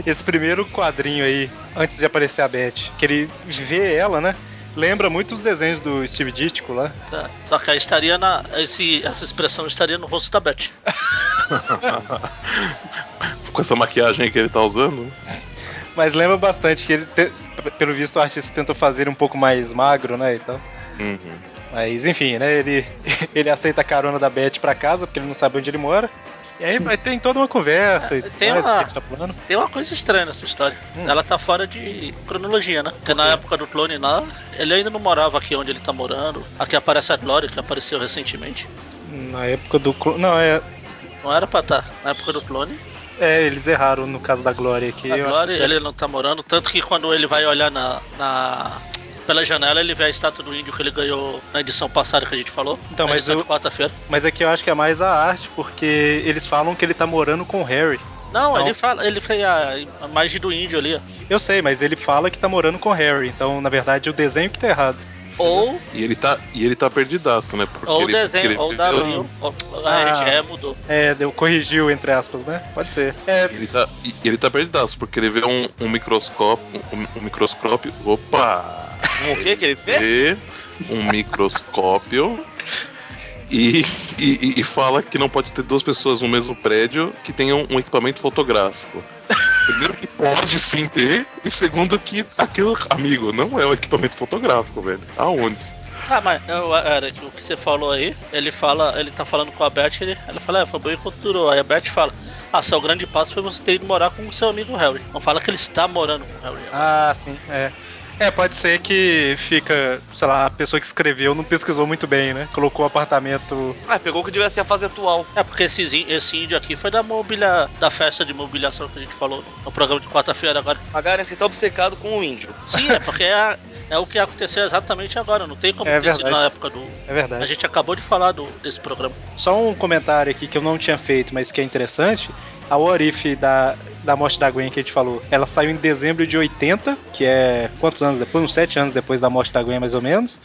[SPEAKER 1] Esse primeiro quadrinho aí, antes de aparecer a Beth, que ele vê ela, né? Lembra muito os desenhos do Steve Ditko lá.
[SPEAKER 4] Tá. Só que aí estaria na. Esse, essa expressão estaria no rosto da Beth.
[SPEAKER 5] Com essa maquiagem que ele tá usando.
[SPEAKER 1] Mas lembra bastante que ele, te- pelo visto, o artista tentou fazer ele um pouco mais magro, né? E tal.
[SPEAKER 5] Uhum.
[SPEAKER 1] Mas enfim, né? Ele, ele aceita a carona da Beth pra casa, porque ele não sabe onde ele mora. E aí vai tem toda uma conversa e
[SPEAKER 4] É, Tem
[SPEAKER 1] tal,
[SPEAKER 4] uma-
[SPEAKER 1] o que ele tá falando.
[SPEAKER 4] Tem uma coisa estranha nessa história.
[SPEAKER 1] Hum.
[SPEAKER 4] Ela tá fora de cronologia, né? Porque na época do clone lá, ele ainda não morava aqui onde ele tá morando. Aqui aparece a Glória, que apareceu recentemente.
[SPEAKER 1] Na época do. clo- Não, é.
[SPEAKER 4] Não era pra estar. Na época do clone,
[SPEAKER 1] É, eles erraram no caso da Glória aqui.
[SPEAKER 4] a
[SPEAKER 1] eu acho
[SPEAKER 4] Glória,
[SPEAKER 1] que- é-
[SPEAKER 4] ele não tá morando. Tanto que quando ele vai olhar na. na- Pela janela ele vê a estátua do índio que ele ganhou na edição passada que a gente falou.
[SPEAKER 1] Então,
[SPEAKER 4] Na
[SPEAKER 1] mas
[SPEAKER 4] edição
[SPEAKER 1] eu-
[SPEAKER 4] de quarta-feira.
[SPEAKER 1] Mas aqui eu acho que é mais a arte, porque eles falam que ele tá morando com o Harry.
[SPEAKER 4] Não,
[SPEAKER 1] Não.
[SPEAKER 4] ele fala, ele fez a, a imagem do índio ali, ó.
[SPEAKER 1] Eu sei, mas ele fala que tá morando com o Harry, então na verdade o desenho que tá errado.
[SPEAKER 4] Ou,
[SPEAKER 5] E ele tá, e ele tá perdidaço, né? Porque
[SPEAKER 4] ou o
[SPEAKER 5] ele, porque
[SPEAKER 4] desenho,
[SPEAKER 5] ele
[SPEAKER 4] ou o da
[SPEAKER 5] viveu-
[SPEAKER 4] Abril, ou-
[SPEAKER 1] Ah.
[SPEAKER 4] a RGE mudou.
[SPEAKER 1] É, deu, corrigiu, entre aspas, né? Pode ser. É,
[SPEAKER 5] Ele tá, e- ele tá perdidaço, porque ele vê um, um microscópio. Um, um microscópio. Opa!
[SPEAKER 3] Um o quê que ele fez?
[SPEAKER 5] vê um microscópio e, e, e- e fala que não pode ter duas pessoas no mesmo prédio que tenham um equipamento fotográfico. Primeiro que pode sim ter, e segundo que aquilo, amigo, não é um equipamento fotográfico, velho. Aonde?
[SPEAKER 4] Ah, mas eu, Eric, o que você falou aí, ele fala, ele tá falando com a Beth, ele, ela fala, é, foi bom enquanto durou. Aí a Beth fala, ah, seu grande passo foi você ter ido morar com o seu amigo Harry. Não fala que ele está morando com o Harry.
[SPEAKER 1] ah, sim, é. É, pode ser que fica, sei lá, a pessoa que escreveu não pesquisou muito bem, né? Colocou o apartamento.
[SPEAKER 3] Ah, pegou o que devia ser a fase atual.
[SPEAKER 4] É porque esses í- esse índio aqui foi da mobília, da festa de mobiliação que a gente falou no- no programa de quarta-feira agora.
[SPEAKER 3] Magaren, você tá obcecado com o índio.
[SPEAKER 4] Sim, é porque é, é o que aconteceu exatamente agora, não tem como
[SPEAKER 1] É
[SPEAKER 4] ter sido
[SPEAKER 1] verdade.
[SPEAKER 4] na época do.
[SPEAKER 1] É
[SPEAKER 4] A
[SPEAKER 1] verdade.
[SPEAKER 4] gente acabou de falar do, desse programa.
[SPEAKER 1] Só um comentário aqui que eu não tinha feito, mas que é interessante. A Orif da, da morte da Gwen que a gente falou, ela saiu em dezembro de 80, que é quantos anos depois? Uns 7 anos depois da morte da Gwen, mais ou menos.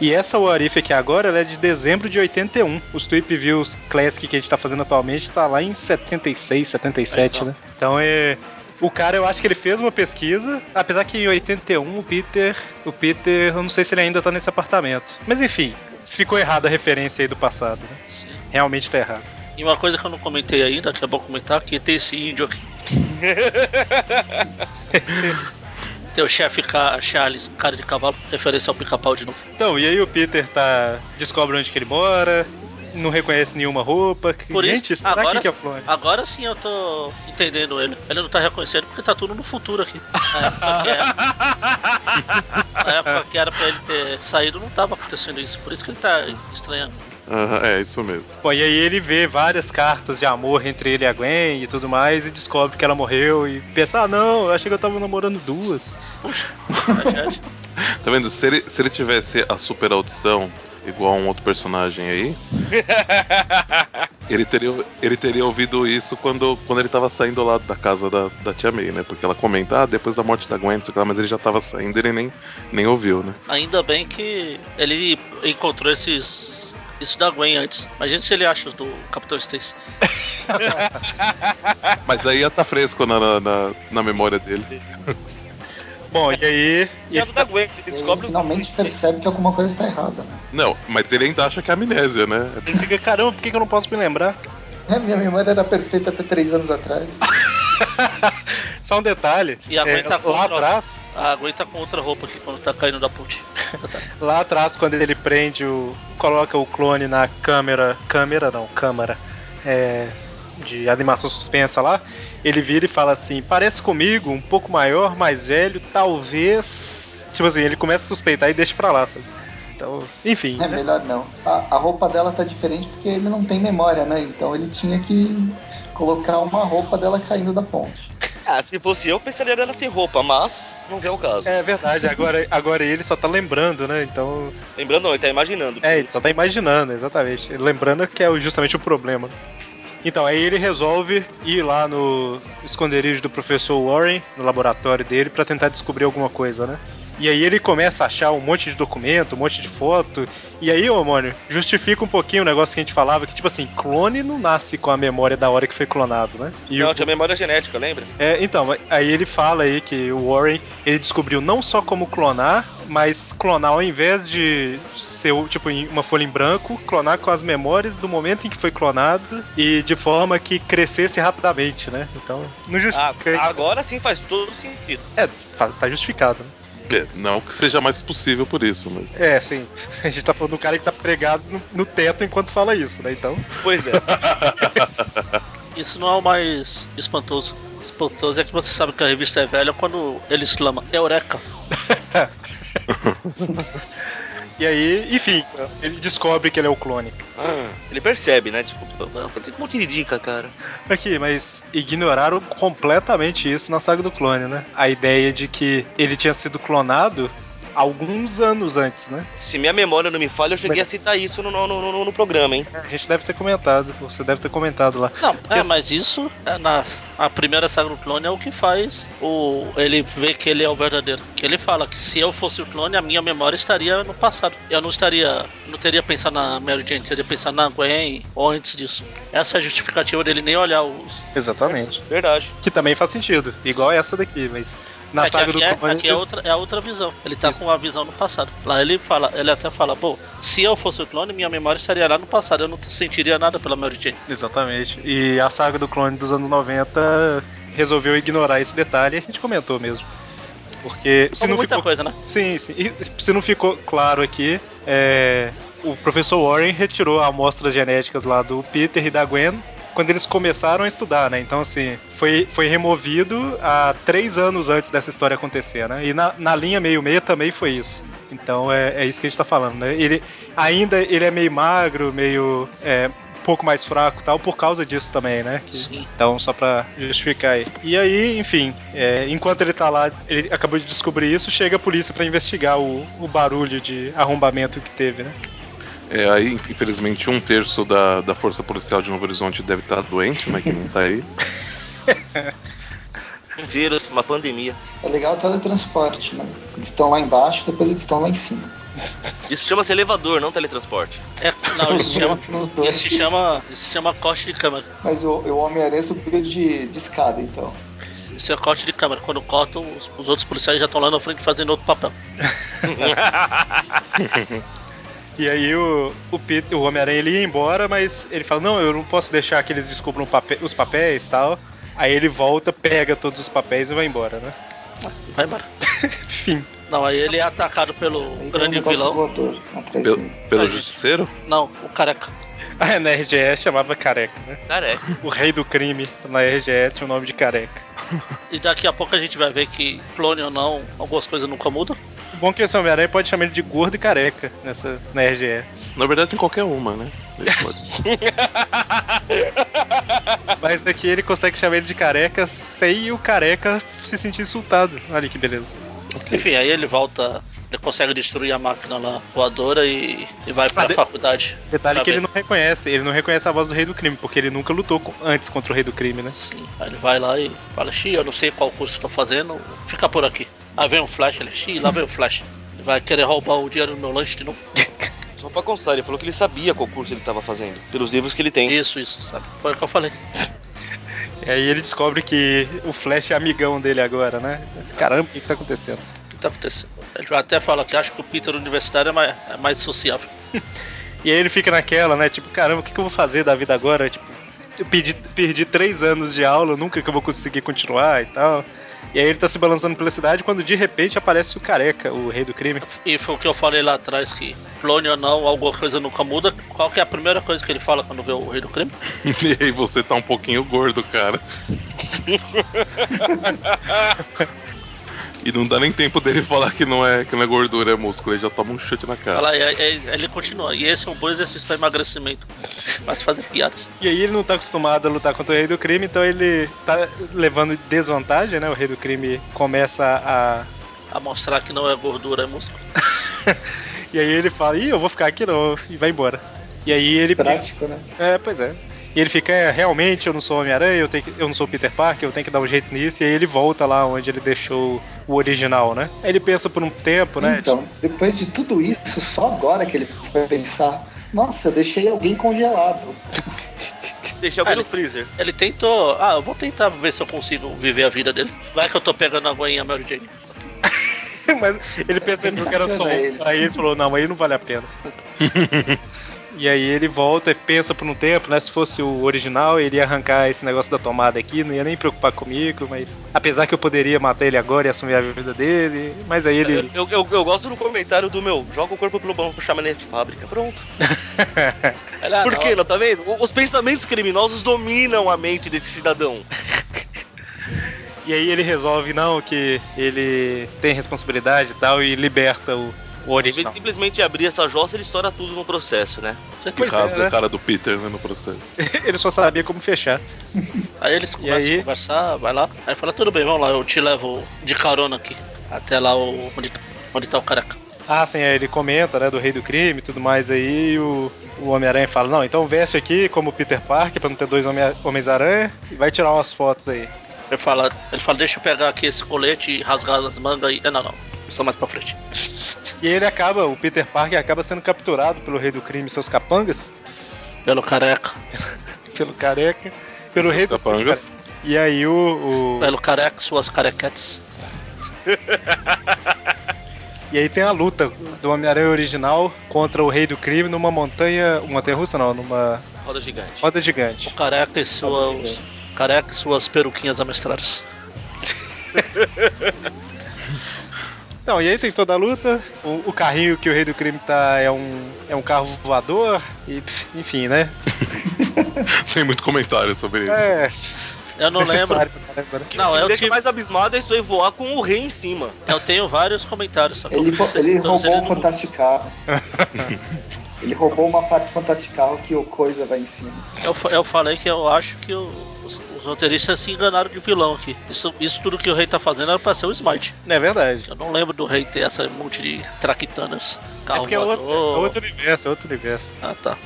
[SPEAKER 1] E essa Orif aqui agora, ela é de dezembro de 81. Os Tweep Views Classic que a gente tá fazendo atualmente tá lá em 76, 77,
[SPEAKER 4] Exato.
[SPEAKER 1] né? Então é. O cara, eu acho que ele fez uma pesquisa, apesar que em 81 o Peter. O Peter, eu não sei se ele ainda tá nesse apartamento. Mas enfim, ficou errada a referência aí do passado, né?
[SPEAKER 4] Sim.
[SPEAKER 1] Realmente tá errado.
[SPEAKER 4] E uma coisa que eu não comentei ainda, que é bom comentar, que tem esse índio aqui. tem o chefe Ca- Charles, cara de cavalo, referência ao pica-pau de novo.
[SPEAKER 1] Então, e aí o Peter tá. descobre onde que ele mora, não reconhece nenhuma roupa. que-
[SPEAKER 4] Por
[SPEAKER 1] Gente,
[SPEAKER 4] isso,
[SPEAKER 1] será
[SPEAKER 4] agora,
[SPEAKER 1] que que é Flores?
[SPEAKER 4] agora sim Ah, eu tô entendendo ele. Ele não tá reconhecendo porque tá tudo no futuro aqui. É, Na época que era, na época que era pra ele ter saído, não tava acontecendo isso. Por isso que ele tá estranhando.
[SPEAKER 5] Aham, é, isso mesmo.
[SPEAKER 1] Bom, e aí ele vê várias cartas de amor entre ele e a Gwen e tudo mais, e descobre que ela morreu e pensa, ah não, eu achei que eu tava namorando duas.
[SPEAKER 4] Tragédia.
[SPEAKER 5] Tá vendo? Se ele, se ele tivesse a super audição, igual a um outro personagem aí. Ele teria, ele teria ouvido isso quando, quando ele tava saindo lá da casa da, da tia May, né? Porque ela comenta, ah, depois da morte da Gwen, não sei o que lá, mas ele já tava saindo, ele nem, nem ouviu, né?
[SPEAKER 4] Ainda bem que ele encontrou esses. Isso da Gwen antes. Imagina se ele acha os do Capitão Stacy.
[SPEAKER 5] Mas aí ia tá fresco na, na, na- na memória dele.
[SPEAKER 1] Bom, e aí. e
[SPEAKER 3] Diabo
[SPEAKER 4] tá
[SPEAKER 3] da Gwen, você
[SPEAKER 2] E aí,
[SPEAKER 3] descobre
[SPEAKER 2] finalmente percebe que alguma coisa está errada. né?
[SPEAKER 5] Não, mas ele ainda acha que é amnésia, né?
[SPEAKER 1] ele fica, caramba, por que que eu não posso me lembrar?
[SPEAKER 2] É, minha memória era perfeita até três anos atrás.
[SPEAKER 1] Só um detalhe.
[SPEAKER 4] E a Gwen tá com
[SPEAKER 1] lá
[SPEAKER 4] outra-
[SPEAKER 1] atrás,
[SPEAKER 4] Ah, aguenta com outra roupa aqui quando tá caindo da ponte.
[SPEAKER 1] lá atrás, quando ele prende o. coloca o clone na câmera. Câmera não, câmara. é, de animação suspensa lá, ele vira e fala assim, parece comigo, um pouco maior, mais velho, talvez. Tipo assim, ele começa a suspeitar e deixa pra lá, sabe? Então, enfim.
[SPEAKER 2] É
[SPEAKER 1] né?
[SPEAKER 2] melhor não. A, a roupa dela tá diferente porque ele não tem memória, né? Então ele tinha que colocar uma roupa dela caindo da ponte.
[SPEAKER 3] Ah, se fosse eu, pensaria nela sem roupa, mas não é o caso.
[SPEAKER 1] É verdade, agora, agora ele só tá lembrando, né? Então.
[SPEAKER 3] Lembrando, não, ele tá imaginando.
[SPEAKER 1] É, ele só tá imaginando, exatamente. Lembrando que é o- justamente o problema. Então, aí ele resolve ir lá no esconderijo do professor Warren, no laboratório dele, pra tentar descobrir alguma coisa, né? E aí ele começa a achar um monte de documento, um monte de foto. E aí, ô Mônio, justifica um pouquinho o negócio que a gente falava, que tipo assim, clone não nasce com a memória da hora que foi clonado, né? E
[SPEAKER 3] Não,
[SPEAKER 1] o-
[SPEAKER 3] tinha memória genética, lembra?
[SPEAKER 1] é, então, aí ele fala aí que o Warren ele descobriu não só como clonar, mas clonar ao invés de ser tipo em uma folha em branco, clonar com as memórias do momento em que foi clonado e de forma que crescesse rapidamente, né? Então, não
[SPEAKER 3] Ah,
[SPEAKER 1] justifica.
[SPEAKER 3] agora sim faz todo sentido.
[SPEAKER 1] É, fa- tá justificado. Né?
[SPEAKER 5] É, não que seja mais possível por isso, mas.
[SPEAKER 1] É, sim. A gente tá falando do cara que tá pregado no, no teto enquanto fala isso, né? Então.
[SPEAKER 3] Pois é.
[SPEAKER 4] Isso não é o mais espantoso. Espantoso é que você sabe que a revista é velha quando ele exclama Eureka.
[SPEAKER 1] E aí, enfim, ele descobre que ele é o clone.
[SPEAKER 3] Ah, ele percebe, né? Desculpa. Por que um monte de dica, cara?
[SPEAKER 1] Aqui, mas ignoraram completamente isso na saga do clone, né? A ideia de que ele tinha sido clonado alguns anos antes, né?
[SPEAKER 3] Se minha memória não me falha, eu cheguei a citar isso no, no, no, no- no programa, hein?
[SPEAKER 1] A gente deve ter comentado, você deve ter comentado lá.
[SPEAKER 4] Não, é,
[SPEAKER 1] Esse-
[SPEAKER 4] mas isso é nas- a primeira saga do clone é o que faz o ele ver que ele é o verdadeiro. Que ele fala que se eu fosse o clone, a minha memória estaria no passado. Eu não estaria, não teria pensado na Mary Jane, teria pensado na Gwen ou antes disso. Essa é a justificativa dele nem olhar os
[SPEAKER 1] Exatamente.
[SPEAKER 3] Verdade.
[SPEAKER 1] Que também faz sentido, igual essa daqui, mas na
[SPEAKER 4] É que
[SPEAKER 1] saga
[SPEAKER 4] aqui
[SPEAKER 1] do
[SPEAKER 4] é,
[SPEAKER 1] clone.
[SPEAKER 4] aqui é
[SPEAKER 1] eles-
[SPEAKER 4] outra, é a outra visão. Ele tá com uma visão no passado. Lá ele fala, ele até fala, pô, se eu fosse o clone, minha memória estaria lá no passado, eu não sentiria nada pela Mary Jane.
[SPEAKER 1] Exatamente. E a saga do clone dos anos 90 resolveu ignorar esse detalhe e a gente comentou mesmo. Porque se
[SPEAKER 4] Como
[SPEAKER 1] não
[SPEAKER 4] muita
[SPEAKER 1] ficou
[SPEAKER 4] coisa, né?
[SPEAKER 1] Sim, sim. E se não ficou claro aqui, é, o professor Warren retirou amostras genéticas lá do Peter e da Gwen quando eles começaram a estudar, né? Então, assim, foi, foi removido há três anos antes dessa história acontecer, né? E na, na linha meio-meia também foi isso. Então, é, é isso que a gente tá falando, né? Ele ainda ele é meio magro, meio... é, um pouco mais fraco e tal, por causa disso também, né? Que-
[SPEAKER 4] Sim.
[SPEAKER 1] então, só pra justificar aí. E aí, enfim, é, enquanto ele tá lá, ele acabou de descobrir isso, chega a polícia pra investigar o, o barulho de arrombamento que teve, né?
[SPEAKER 5] É, aí, infelizmente, um terço da, da força policial de Novo Horizonte deve estar doente, né? Que não tá aí.
[SPEAKER 3] Um vírus, uma pandemia.
[SPEAKER 2] É legal o teletransporte, né? Eles estão lá embaixo, depois eles estão lá em cima.
[SPEAKER 3] Isso chama-se elevador, não teletransporte.
[SPEAKER 4] É, não, isso se chama,
[SPEAKER 2] Nos dois.
[SPEAKER 4] isso se chama, isso se chama corte de câmera.
[SPEAKER 2] Mas o, o Homem-Aranha subiu de, de escada, então.
[SPEAKER 4] Isso é corte de câmera. Quando cortam, os, os outros policiais já estão lá na frente fazendo outro papel.
[SPEAKER 1] E aí o, o, Peter, o Homem-Aranha ele ia embora, mas ele fala: Não, eu não posso deixar que eles descubram pape- os papéis e tal. Aí ele volta, pega todos os papéis e vai embora, né?
[SPEAKER 4] Vai embora.
[SPEAKER 1] Fim.
[SPEAKER 4] Não, aí ele é atacado pelo
[SPEAKER 2] Aí
[SPEAKER 4] grande
[SPEAKER 2] tem um negócio
[SPEAKER 4] vilão.
[SPEAKER 2] voador atrás
[SPEAKER 5] Pelo,
[SPEAKER 2] dele.
[SPEAKER 5] pelo
[SPEAKER 4] Ai, gente.
[SPEAKER 5] justiceiro?
[SPEAKER 4] Não, o careca.
[SPEAKER 1] A Ah, na RGE chamava Careca, né?
[SPEAKER 3] Careca.
[SPEAKER 1] O rei do crime na RGE tinha o nome de Careca.
[SPEAKER 4] E daqui a pouco a gente vai ver que, clone ou não, algumas coisas nunca mudam.
[SPEAKER 1] O bom é que esse Homem-Aranha pode chamar ele de gordo e careca nessa, na RGE.
[SPEAKER 5] Na verdade, em qualquer uma, né? Ele pode.
[SPEAKER 1] Mas daqui ele consegue chamar ele de careca sem o careca se sentir insultado. Olha que beleza.
[SPEAKER 4] Enfim, aí ele volta, ele consegue destruir a máquina lá voadora e, e vai pra
[SPEAKER 1] Ah, de-
[SPEAKER 4] faculdade.
[SPEAKER 1] Detalhe
[SPEAKER 4] Tá
[SPEAKER 1] que ele
[SPEAKER 4] bem.
[SPEAKER 1] não reconhece, ele não reconhece a voz do rei do crime, porque ele nunca lutou co- antes contra o rei do crime, né?
[SPEAKER 4] Sim. Aí ele vai lá e fala, Xi, eu não sei qual curso eu tô fazendo, fica por um aqui. Aí vem o Flash, ele, Xi, lá vem o Flash. Ele vai querer roubar o dinheiro do meu lanche de novo.
[SPEAKER 3] Só pra constar, ele falou que ele sabia qual curso ele tava fazendo, pelos livros que ele tem.
[SPEAKER 4] Isso, isso, sabe? Foi o que eu falei.
[SPEAKER 1] E aí ele descobre que o Flash é amigão dele agora, né? Caramba, o que, que tá acontecendo?
[SPEAKER 4] O que tá acontecendo? Ele vai até falar que acha que o Peter universitário é mais, é mais sociável.
[SPEAKER 1] E aí ele fica naquela, né? Tipo, caramba, o que, que eu vou fazer da vida agora? Tipo, eu perdi, perdi três anos de aula, nunca que eu vou conseguir continuar e tal. E aí ele tá se balançando pela cidade quando de repente aparece o careca, o rei do crime.
[SPEAKER 4] E foi o que eu falei lá atrás, que clone ou não, alguma coisa nunca muda. Qual que é a primeira coisa que ele fala quando vê o rei do crime?
[SPEAKER 5] E aí você tá um pouquinho gordo, cara. e não dá nem tempo dele falar que não é, que não é gordura, é músculo. Ele já toma um chute na cara.
[SPEAKER 4] Fala, e, e- e ele continua. E esse é um bom exercício pra emagrecimento. Mas fazer piadas.
[SPEAKER 1] E aí ele não tá acostumado a lutar contra o rei do crime, então ele tá levando desvantagem, né? O rei do crime começa a.
[SPEAKER 4] A mostrar que não é gordura, é músculo.
[SPEAKER 1] E aí ele fala, ih, eu vou ficar aqui não, e vai embora. E aí ele.
[SPEAKER 2] Prático, né?
[SPEAKER 1] É, pois é. E ele fica, é, realmente, eu não sou Homem-Aranha, eu, tenho que- eu não sou Peter Parker, eu tenho que dar um jeito nisso. E aí ele volta lá onde ele deixou o original, né? Aí ele pensa por um tempo, né?
[SPEAKER 2] Então, depois de tudo isso, só agora que ele vai pensar, nossa, eu deixei alguém congelado.
[SPEAKER 3] Deixar alguém
[SPEAKER 4] Ah,
[SPEAKER 3] no
[SPEAKER 4] ele-
[SPEAKER 3] freezer.
[SPEAKER 4] Ele tentou. Ah, eu vou tentar ver se eu consigo viver a vida dele. Vai que eu tô pegando a aguinha Mary Jane.
[SPEAKER 1] Mas ele pensa que era só um.
[SPEAKER 2] Ele.
[SPEAKER 1] Aí ele falou, não, aí não vale a pena. e aí ele volta e pensa por um tempo, né? Se fosse o original, ele ia arrancar esse negócio da tomada aqui, não ia nem preocupar comigo, mas. Apesar que eu poderia matar ele agora e assumir a vida dele. Mas aí ele.
[SPEAKER 3] Eu, eu, eu gosto do comentário do meu, joga o corpo pelo balão pro chamané de fábrica. Pronto.
[SPEAKER 4] Olha,
[SPEAKER 3] Por
[SPEAKER 4] ah, não,
[SPEAKER 3] quê? Não, tá vendo? O- Os pensamentos criminosos dominam a mente desse cidadão.
[SPEAKER 1] E aí ele resolve, não, que ele tem responsabilidade e tal, e liberta o, o
[SPEAKER 3] Em vez de
[SPEAKER 1] original.
[SPEAKER 3] simplesmente abrir essa jossa, ele estoura tudo no processo, né?
[SPEAKER 4] você tem-
[SPEAKER 5] Que
[SPEAKER 1] Pois é,
[SPEAKER 5] rasga
[SPEAKER 1] né?
[SPEAKER 5] a cara do Peter né, no processo.
[SPEAKER 1] Ele só sabia como fechar.
[SPEAKER 4] Aí eles começam
[SPEAKER 1] aí?
[SPEAKER 4] a conversar, vai lá. Aí fala, tudo bem, vamos lá, eu te levo de carona aqui. Até lá o, onde, onde tá o careca.
[SPEAKER 1] Ah, sim, aí ele comenta, né, do rei do crime e tudo mais aí, e o, o Homem-Aranha fala, não, então veste aqui como Peter Parker pra não ter dois Homem- Homens-Aranha e vai tirar umas fotos aí.
[SPEAKER 4] Ele fala, ele fala, deixa eu pegar aqui esse colete e rasgar as mangas e. Ah, não, não. Só mais pra frente.
[SPEAKER 1] E ele acaba, o Peter Parker acaba sendo capturado pelo rei do crime e seus capangas,
[SPEAKER 4] Pelo careca.
[SPEAKER 1] pelo careca, pelo
[SPEAKER 5] Tá
[SPEAKER 1] rei do crime,
[SPEAKER 5] Capangas.
[SPEAKER 1] cara. E aí o, o-
[SPEAKER 4] Pelo careca, suas carequetes.
[SPEAKER 1] E aí tem a luta do Homem-Aranha original contra o rei do crime numa montanha. Uma montanha russa não, numa
[SPEAKER 3] Roda gigante.
[SPEAKER 1] roda gigante.
[SPEAKER 4] O careca e suas. Careca e suas peruquinhas amestradas.
[SPEAKER 1] Não, e aí tem toda a luta. O, o carrinho que o Rei do Crime tá é um, é um carro voador. E, pff, enfim, né?
[SPEAKER 5] Sem muito comentário sobre isso.
[SPEAKER 1] É.
[SPEAKER 4] Eu não lembro.
[SPEAKER 1] necessário pra caramba, né?
[SPEAKER 4] Não,
[SPEAKER 3] O que
[SPEAKER 4] eu
[SPEAKER 3] me deixa
[SPEAKER 4] tive.
[SPEAKER 3] mais abismado é isso aí voar com o rei em cima.
[SPEAKER 4] Eu tenho vários comentários, só que
[SPEAKER 2] Ele,
[SPEAKER 4] eu
[SPEAKER 2] rou-
[SPEAKER 4] fiz
[SPEAKER 2] ele
[SPEAKER 4] todos
[SPEAKER 2] roubou o
[SPEAKER 4] eles no-
[SPEAKER 2] Fantasticarro. ele roubou uma parte do Fantasticarro que o Coisa vai em cima.
[SPEAKER 4] Eu, fa- eu falei que eu acho que o- os, os roteiristas se enganaram de vilão aqui. Isso, isso tudo que o rei tá fazendo era pra ser o Smite.
[SPEAKER 1] Não é verdade.
[SPEAKER 4] Eu não lembro do rei ter essa multi de traquitanas.
[SPEAKER 1] É
[SPEAKER 4] Carro
[SPEAKER 1] porque é outro,
[SPEAKER 4] Tá voador.
[SPEAKER 1] é outro universo, é outro universo.
[SPEAKER 4] Ah, tá.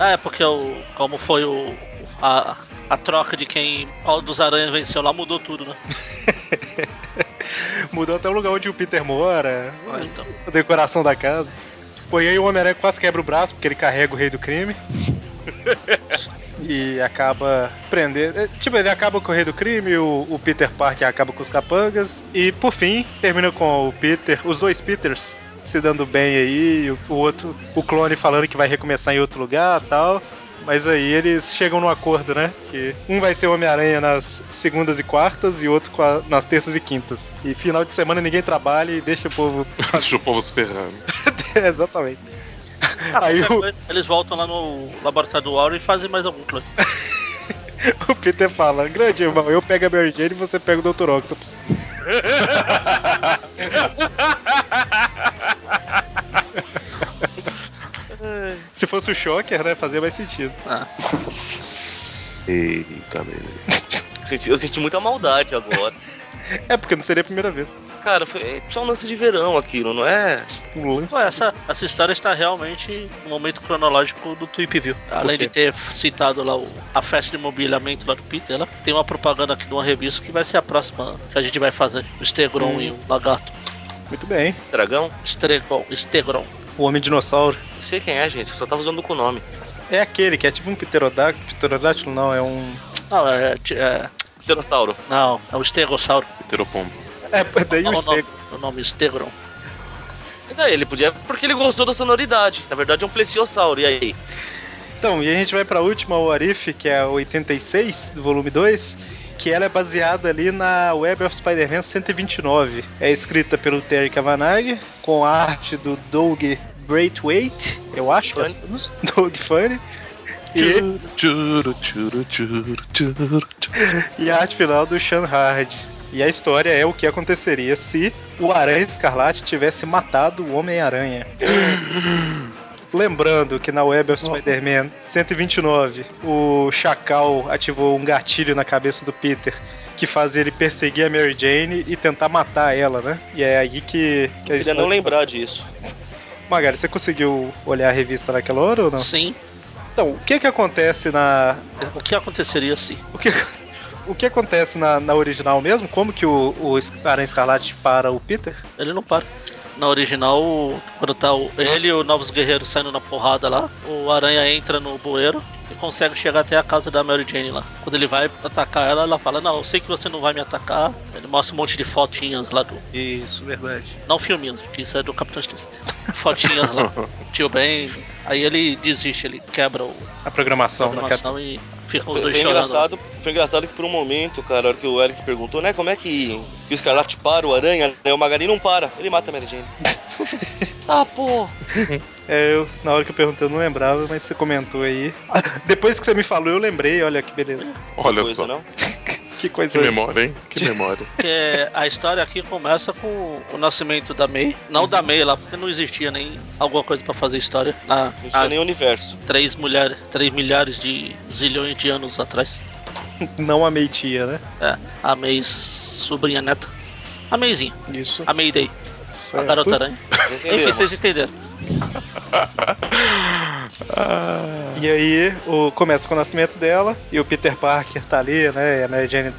[SPEAKER 4] Ah, é porque o, como foi o, a, a troca de quem. Qual dos aranhas venceu lá mudou tudo, né?
[SPEAKER 1] Mudou até o lugar onde o Peter mora,
[SPEAKER 4] Ah, então.
[SPEAKER 1] a decoração da casa. Pô, e aí o Homem-Aranha quase quebra o braço, porque ele carrega o Rei do Crime. e acaba prendendo. é, Tipo, ele acaba com o Rei do Crime, o, o Peter Parker acaba com os capangas. E por fim, termina com o Peter, os dois Peters se dando bem aí, e o, o outro, o clone falando que vai recomeçar em outro lugar tal. Mas aí eles chegam num acordo, né? Que um vai ser o Homem-Aranha nas segundas e quartas e outro com a- nas terças e quintas. E final de semana ninguém trabalha e deixa o povo.
[SPEAKER 5] Deixa o povo se ferrando.
[SPEAKER 1] Exatamente. Aí o,
[SPEAKER 4] Depois eles voltam lá no laboratório do Auro e fazem mais algum clone.
[SPEAKER 1] O Peter fala, grande irmão, eu pego a Mary Jane e você pega o Dr. Octopus. Se fosse o Shocker, né, fazia mais sentido.
[SPEAKER 5] Eita, beleza.
[SPEAKER 3] Senti- Eu senti muita maldade agora.
[SPEAKER 1] É, porque não seria a primeira vez.
[SPEAKER 3] Cara, foi só um lance de verão aquilo, não é?
[SPEAKER 1] Um lance.
[SPEAKER 4] Ué, essa, essa história está realmente no momento cronológico do Tweep View. Além
[SPEAKER 1] quê?
[SPEAKER 4] de ter citado lá o- a festa de mobiliamento lá do Peter, né? tem uma propaganda aqui de uma revista que vai ser a próxima que a gente vai fazer. O Stegron
[SPEAKER 1] Hum.
[SPEAKER 4] e o Lagarto.
[SPEAKER 1] Muito bem.
[SPEAKER 3] Dragão?
[SPEAKER 4] Estregol, Estegron.
[SPEAKER 1] O Homem Dinossauro.
[SPEAKER 3] Não sei quem é, gente. eu Só tava usando com o nome.
[SPEAKER 1] É aquele que é tipo um pterodáctilo. Pterodátilo não, é um.
[SPEAKER 4] Não, é, é-
[SPEAKER 3] Pterossauro.
[SPEAKER 4] não, é o Estegossauro.
[SPEAKER 5] Heteropombo.
[SPEAKER 1] É, daí o
[SPEAKER 4] Qual o nome,
[SPEAKER 1] estego.
[SPEAKER 4] o nome Estegron.
[SPEAKER 3] E daí ele podia. Porque ele gostou da sonoridade. Na verdade é um plesiossauro. E aí?
[SPEAKER 1] Então, e a gente vai pra última, o Arif, que é a 86, do volume 2, que ela é baseada ali na Web of Spider-Man 129. É escrita pelo Terry Kavanagh, com a arte do Doug Braithwaite, eu acho, que é
[SPEAKER 3] Funny.
[SPEAKER 1] essa pronúncia. Doug Funny. E,
[SPEAKER 5] Tchuru, tchuru, tchuru, tchuru, tchuru.
[SPEAKER 1] e a arte final do Sean Hard. E a história é o que aconteceria se o Aranha Escarlate tivesse matado o Homem-Aranha. Lembrando que na Web of Spider-Man 129, o Chacal ativou um gatilho na cabeça do Peter que faz ele perseguir a Mary Jane e tentar matar ela, né? E é aí que, que a
[SPEAKER 3] Eu queria não
[SPEAKER 1] história se-
[SPEAKER 3] lembrar disso.
[SPEAKER 1] Magari, você conseguiu olhar a revista naquela hora ou não?
[SPEAKER 4] Sim.
[SPEAKER 1] Então, o que que acontece na.
[SPEAKER 4] O que aconteceria se?
[SPEAKER 1] O que, o que acontece na, na original mesmo? Como que o, o Aranha Escarlate para o Peter?
[SPEAKER 4] Ele não para. Na original, o- quando tá o- ele e o Novos Guerreiros saindo na porrada lá, o Aranha entra no bueiro e consegue chegar até a casa da Mary Jane lá. Quando ele vai atacar ela, ela fala: Não, eu sei que você não vai me atacar. Ele mostra um monte de fotinhas lá do.
[SPEAKER 1] Isso, verdade.
[SPEAKER 4] Não filminhos, porque isso é do Capitão Stacy. Fotinhas lá. Tio Ben. Aí ele desiste, ele quebra o
[SPEAKER 1] A programação, né? que é-
[SPEAKER 4] programação e fica os
[SPEAKER 3] Foi,
[SPEAKER 4] dois
[SPEAKER 3] foi
[SPEAKER 4] chorando. lá.
[SPEAKER 3] engraçado, foi engraçado que por um momento, cara, a hora que o Eric perguntou, né, como é que, que o Escarlate para o Aranha, né, o Magari não para, ele mata a Mary Jane. ah, pô!
[SPEAKER 1] É, eu, na hora que eu perguntei, eu não lembrava, mas você comentou aí. Depois que você me falou, eu lembrei, olha que beleza.
[SPEAKER 5] Olha
[SPEAKER 3] Coisa,
[SPEAKER 5] só,
[SPEAKER 3] Não?
[SPEAKER 1] Que
[SPEAKER 5] que
[SPEAKER 1] coisa.
[SPEAKER 5] memória, hein? Que memória.
[SPEAKER 4] Porque a história aqui começa com o nascimento da May. Não da May lá, porque não existia nem alguma coisa pra fazer história. Na,
[SPEAKER 3] Não
[SPEAKER 4] há
[SPEAKER 3] tinha nem universo.
[SPEAKER 4] três, mulher, três milhares de zilhões de anos atrás.
[SPEAKER 1] Não a meitia, né?
[SPEAKER 4] É, a May, sobrinha neta. A Mayzinha,
[SPEAKER 1] Isso.
[SPEAKER 4] a Mayday, a
[SPEAKER 1] Certo.
[SPEAKER 4] garota aranha. Enfim,
[SPEAKER 3] Entendeu?
[SPEAKER 4] vocês entenderam.
[SPEAKER 5] Ah,
[SPEAKER 1] E aí, o, começa com o nascimento dela, e o Peter Parker tá ali, né? E a Mary Jane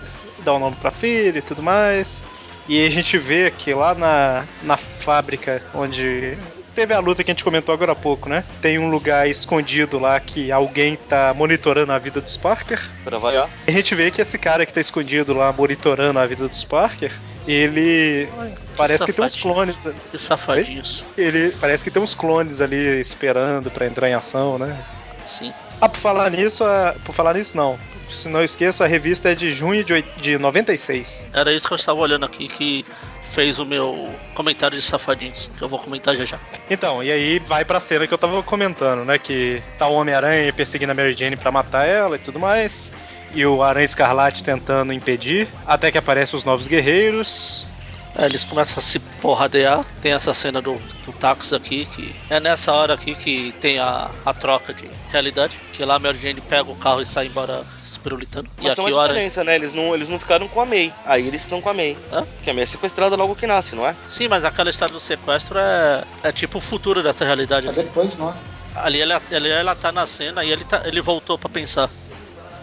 [SPEAKER 1] dá o nome pra filha e tudo mais. E aí a gente vê que lá na, na fábrica onde teve a luta que a gente comentou agora há pouco, né? Tem um lugar escondido lá que alguém tá monitorando a vida dos Parker.
[SPEAKER 3] Pra variar.
[SPEAKER 1] A gente vê que esse cara que tá escondido lá monitorando a vida dos Parker, ele parece que tem uns
[SPEAKER 4] safadinho.
[SPEAKER 1] clones,
[SPEAKER 4] Que safadinhos.
[SPEAKER 1] ele parece que tem uns clones ali esperando pra entrar em ação, né?
[SPEAKER 4] Sim.
[SPEAKER 1] Ah, por falar nisso, a... por falar nisso não. Se não esqueço, a revista é de junho de, oit- de 96.
[SPEAKER 4] Era isso que eu estava olhando aqui que fez o meu comentário de safadinhos, que eu vou comentar já já.
[SPEAKER 1] Então, e aí vai pra cena que eu tava comentando, né? Que tá o Homem-Aranha perseguindo a Mary Jane pra matar ela e tudo mais. E o Aranha Escarlate tentando impedir. Até que aparecem os novos guerreiros.
[SPEAKER 4] Aí É, eles começam a se porradear. Tem essa cena do, do táxi aqui, que é nessa hora aqui que tem a, a troca de realidade. Que lá a Mary Jane pega o carro e sai embora espirulitando. E
[SPEAKER 3] Mas tem
[SPEAKER 4] aqui
[SPEAKER 3] uma
[SPEAKER 4] o Aranha.
[SPEAKER 3] diferença, né? Eles não, eles não ficaram com a May. Aí eles estão com a May.
[SPEAKER 4] Hã?
[SPEAKER 3] Porque a May é sequestrada logo que nasce, não é?
[SPEAKER 4] Sim, mas aquela história do sequestro é, é tipo o futuro dessa realidade.
[SPEAKER 2] É
[SPEAKER 4] Ali,
[SPEAKER 2] depois, não é?
[SPEAKER 4] ali ela, ali ela tá na cena e ele, tá, ele voltou pra pensar.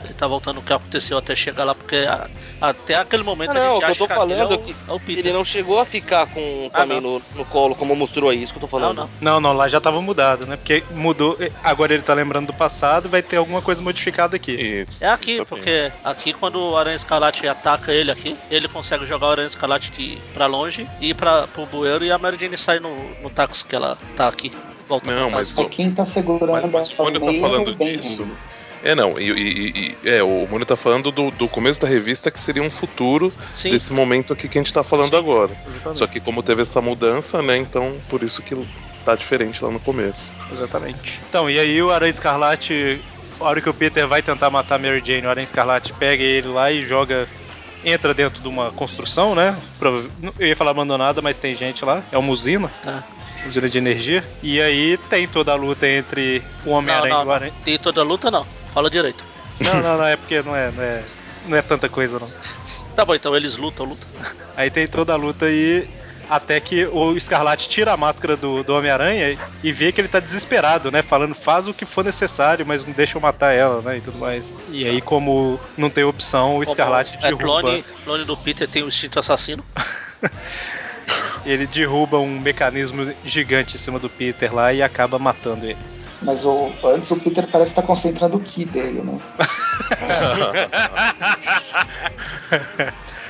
[SPEAKER 4] Ele tá voltando o que aconteceu até chegar lá, porque a- até aquele momento
[SPEAKER 3] Ah, Não,
[SPEAKER 4] a
[SPEAKER 3] o
[SPEAKER 4] gente
[SPEAKER 3] que eu
[SPEAKER 4] acha
[SPEAKER 3] tô
[SPEAKER 4] aquele
[SPEAKER 3] falando
[SPEAKER 4] é
[SPEAKER 3] é
[SPEAKER 4] o,
[SPEAKER 3] que
[SPEAKER 4] é o Peter.
[SPEAKER 3] Ele não chegou a ficar com, com
[SPEAKER 4] Ah,
[SPEAKER 3] a May no, no colo, como mostrou aí, isso que eu tô
[SPEAKER 4] não,
[SPEAKER 3] falando.
[SPEAKER 4] não.
[SPEAKER 1] Não, não, lá já tava mudado, né? Porque mudou. Agora ele tá lembrando do passado, vai ter alguma coisa modificada aqui.
[SPEAKER 5] Isso.
[SPEAKER 4] É aqui,
[SPEAKER 5] isso aí.
[SPEAKER 4] porque aqui quando o Aranha Escarlate ataca ele aqui, ele consegue jogar o Aranha Escarlate de, pra longe e ir pra, pro bueiro e a Mary Jane sai no, no táxi que ela tá aqui. Volta
[SPEAKER 5] Não,
[SPEAKER 4] pra trás.
[SPEAKER 5] mas
[SPEAKER 2] É quem tá segurando
[SPEAKER 5] Mas, mas o Mônio
[SPEAKER 2] a meia
[SPEAKER 5] tá
[SPEAKER 2] é
[SPEAKER 5] falando
[SPEAKER 2] o Ben.
[SPEAKER 5] disso. É, não, e, e- e- é, o Mônio tá falando do, do começo da revista que seria um futuro
[SPEAKER 4] Sim,
[SPEAKER 5] desse momento aqui que a gente tá falando agora.
[SPEAKER 1] Exatamente.
[SPEAKER 5] Só que como teve essa mudança, né, então por isso que tá diferente lá no começo.
[SPEAKER 1] Exatamente. Então, e aí o Aranha Escarlate, a hora que o Peter vai tentar matar a Mary Jane, o Aranha Escarlate pega ele lá e joga. Entra dentro de uma construção, né? Prova- Eu ia falar abandonada, mas tem gente lá. É uma usina.
[SPEAKER 4] Tá.
[SPEAKER 1] Usina de energia. E aí tem toda a luta entre o Homem-Aranha
[SPEAKER 4] Não,
[SPEAKER 1] e
[SPEAKER 4] não,
[SPEAKER 1] o Aranha.
[SPEAKER 4] tem toda a luta não. Fala direito.
[SPEAKER 1] Não, não, não, é porque não é, não é, não é tanta coisa, não.
[SPEAKER 4] Tá bom, então eles lutam, lutam.
[SPEAKER 1] Aí tem toda a luta e até que o Escarlate tira a máscara do, do Homem-Aranha e vê que ele tá desesperado, né? Falando, faz o que for necessário, mas não deixa eu matar ela, né? E tudo mais. E aí, como não tem opção, o Escarlate
[SPEAKER 4] é
[SPEAKER 1] derruba.
[SPEAKER 4] clone, clone do Peter tem o instinto assassino.
[SPEAKER 1] ele derruba um mecanismo gigante em cima do Peter lá e acaba matando ele.
[SPEAKER 2] Mas o, antes o Peter parece estar concentrando o Ki dele, né?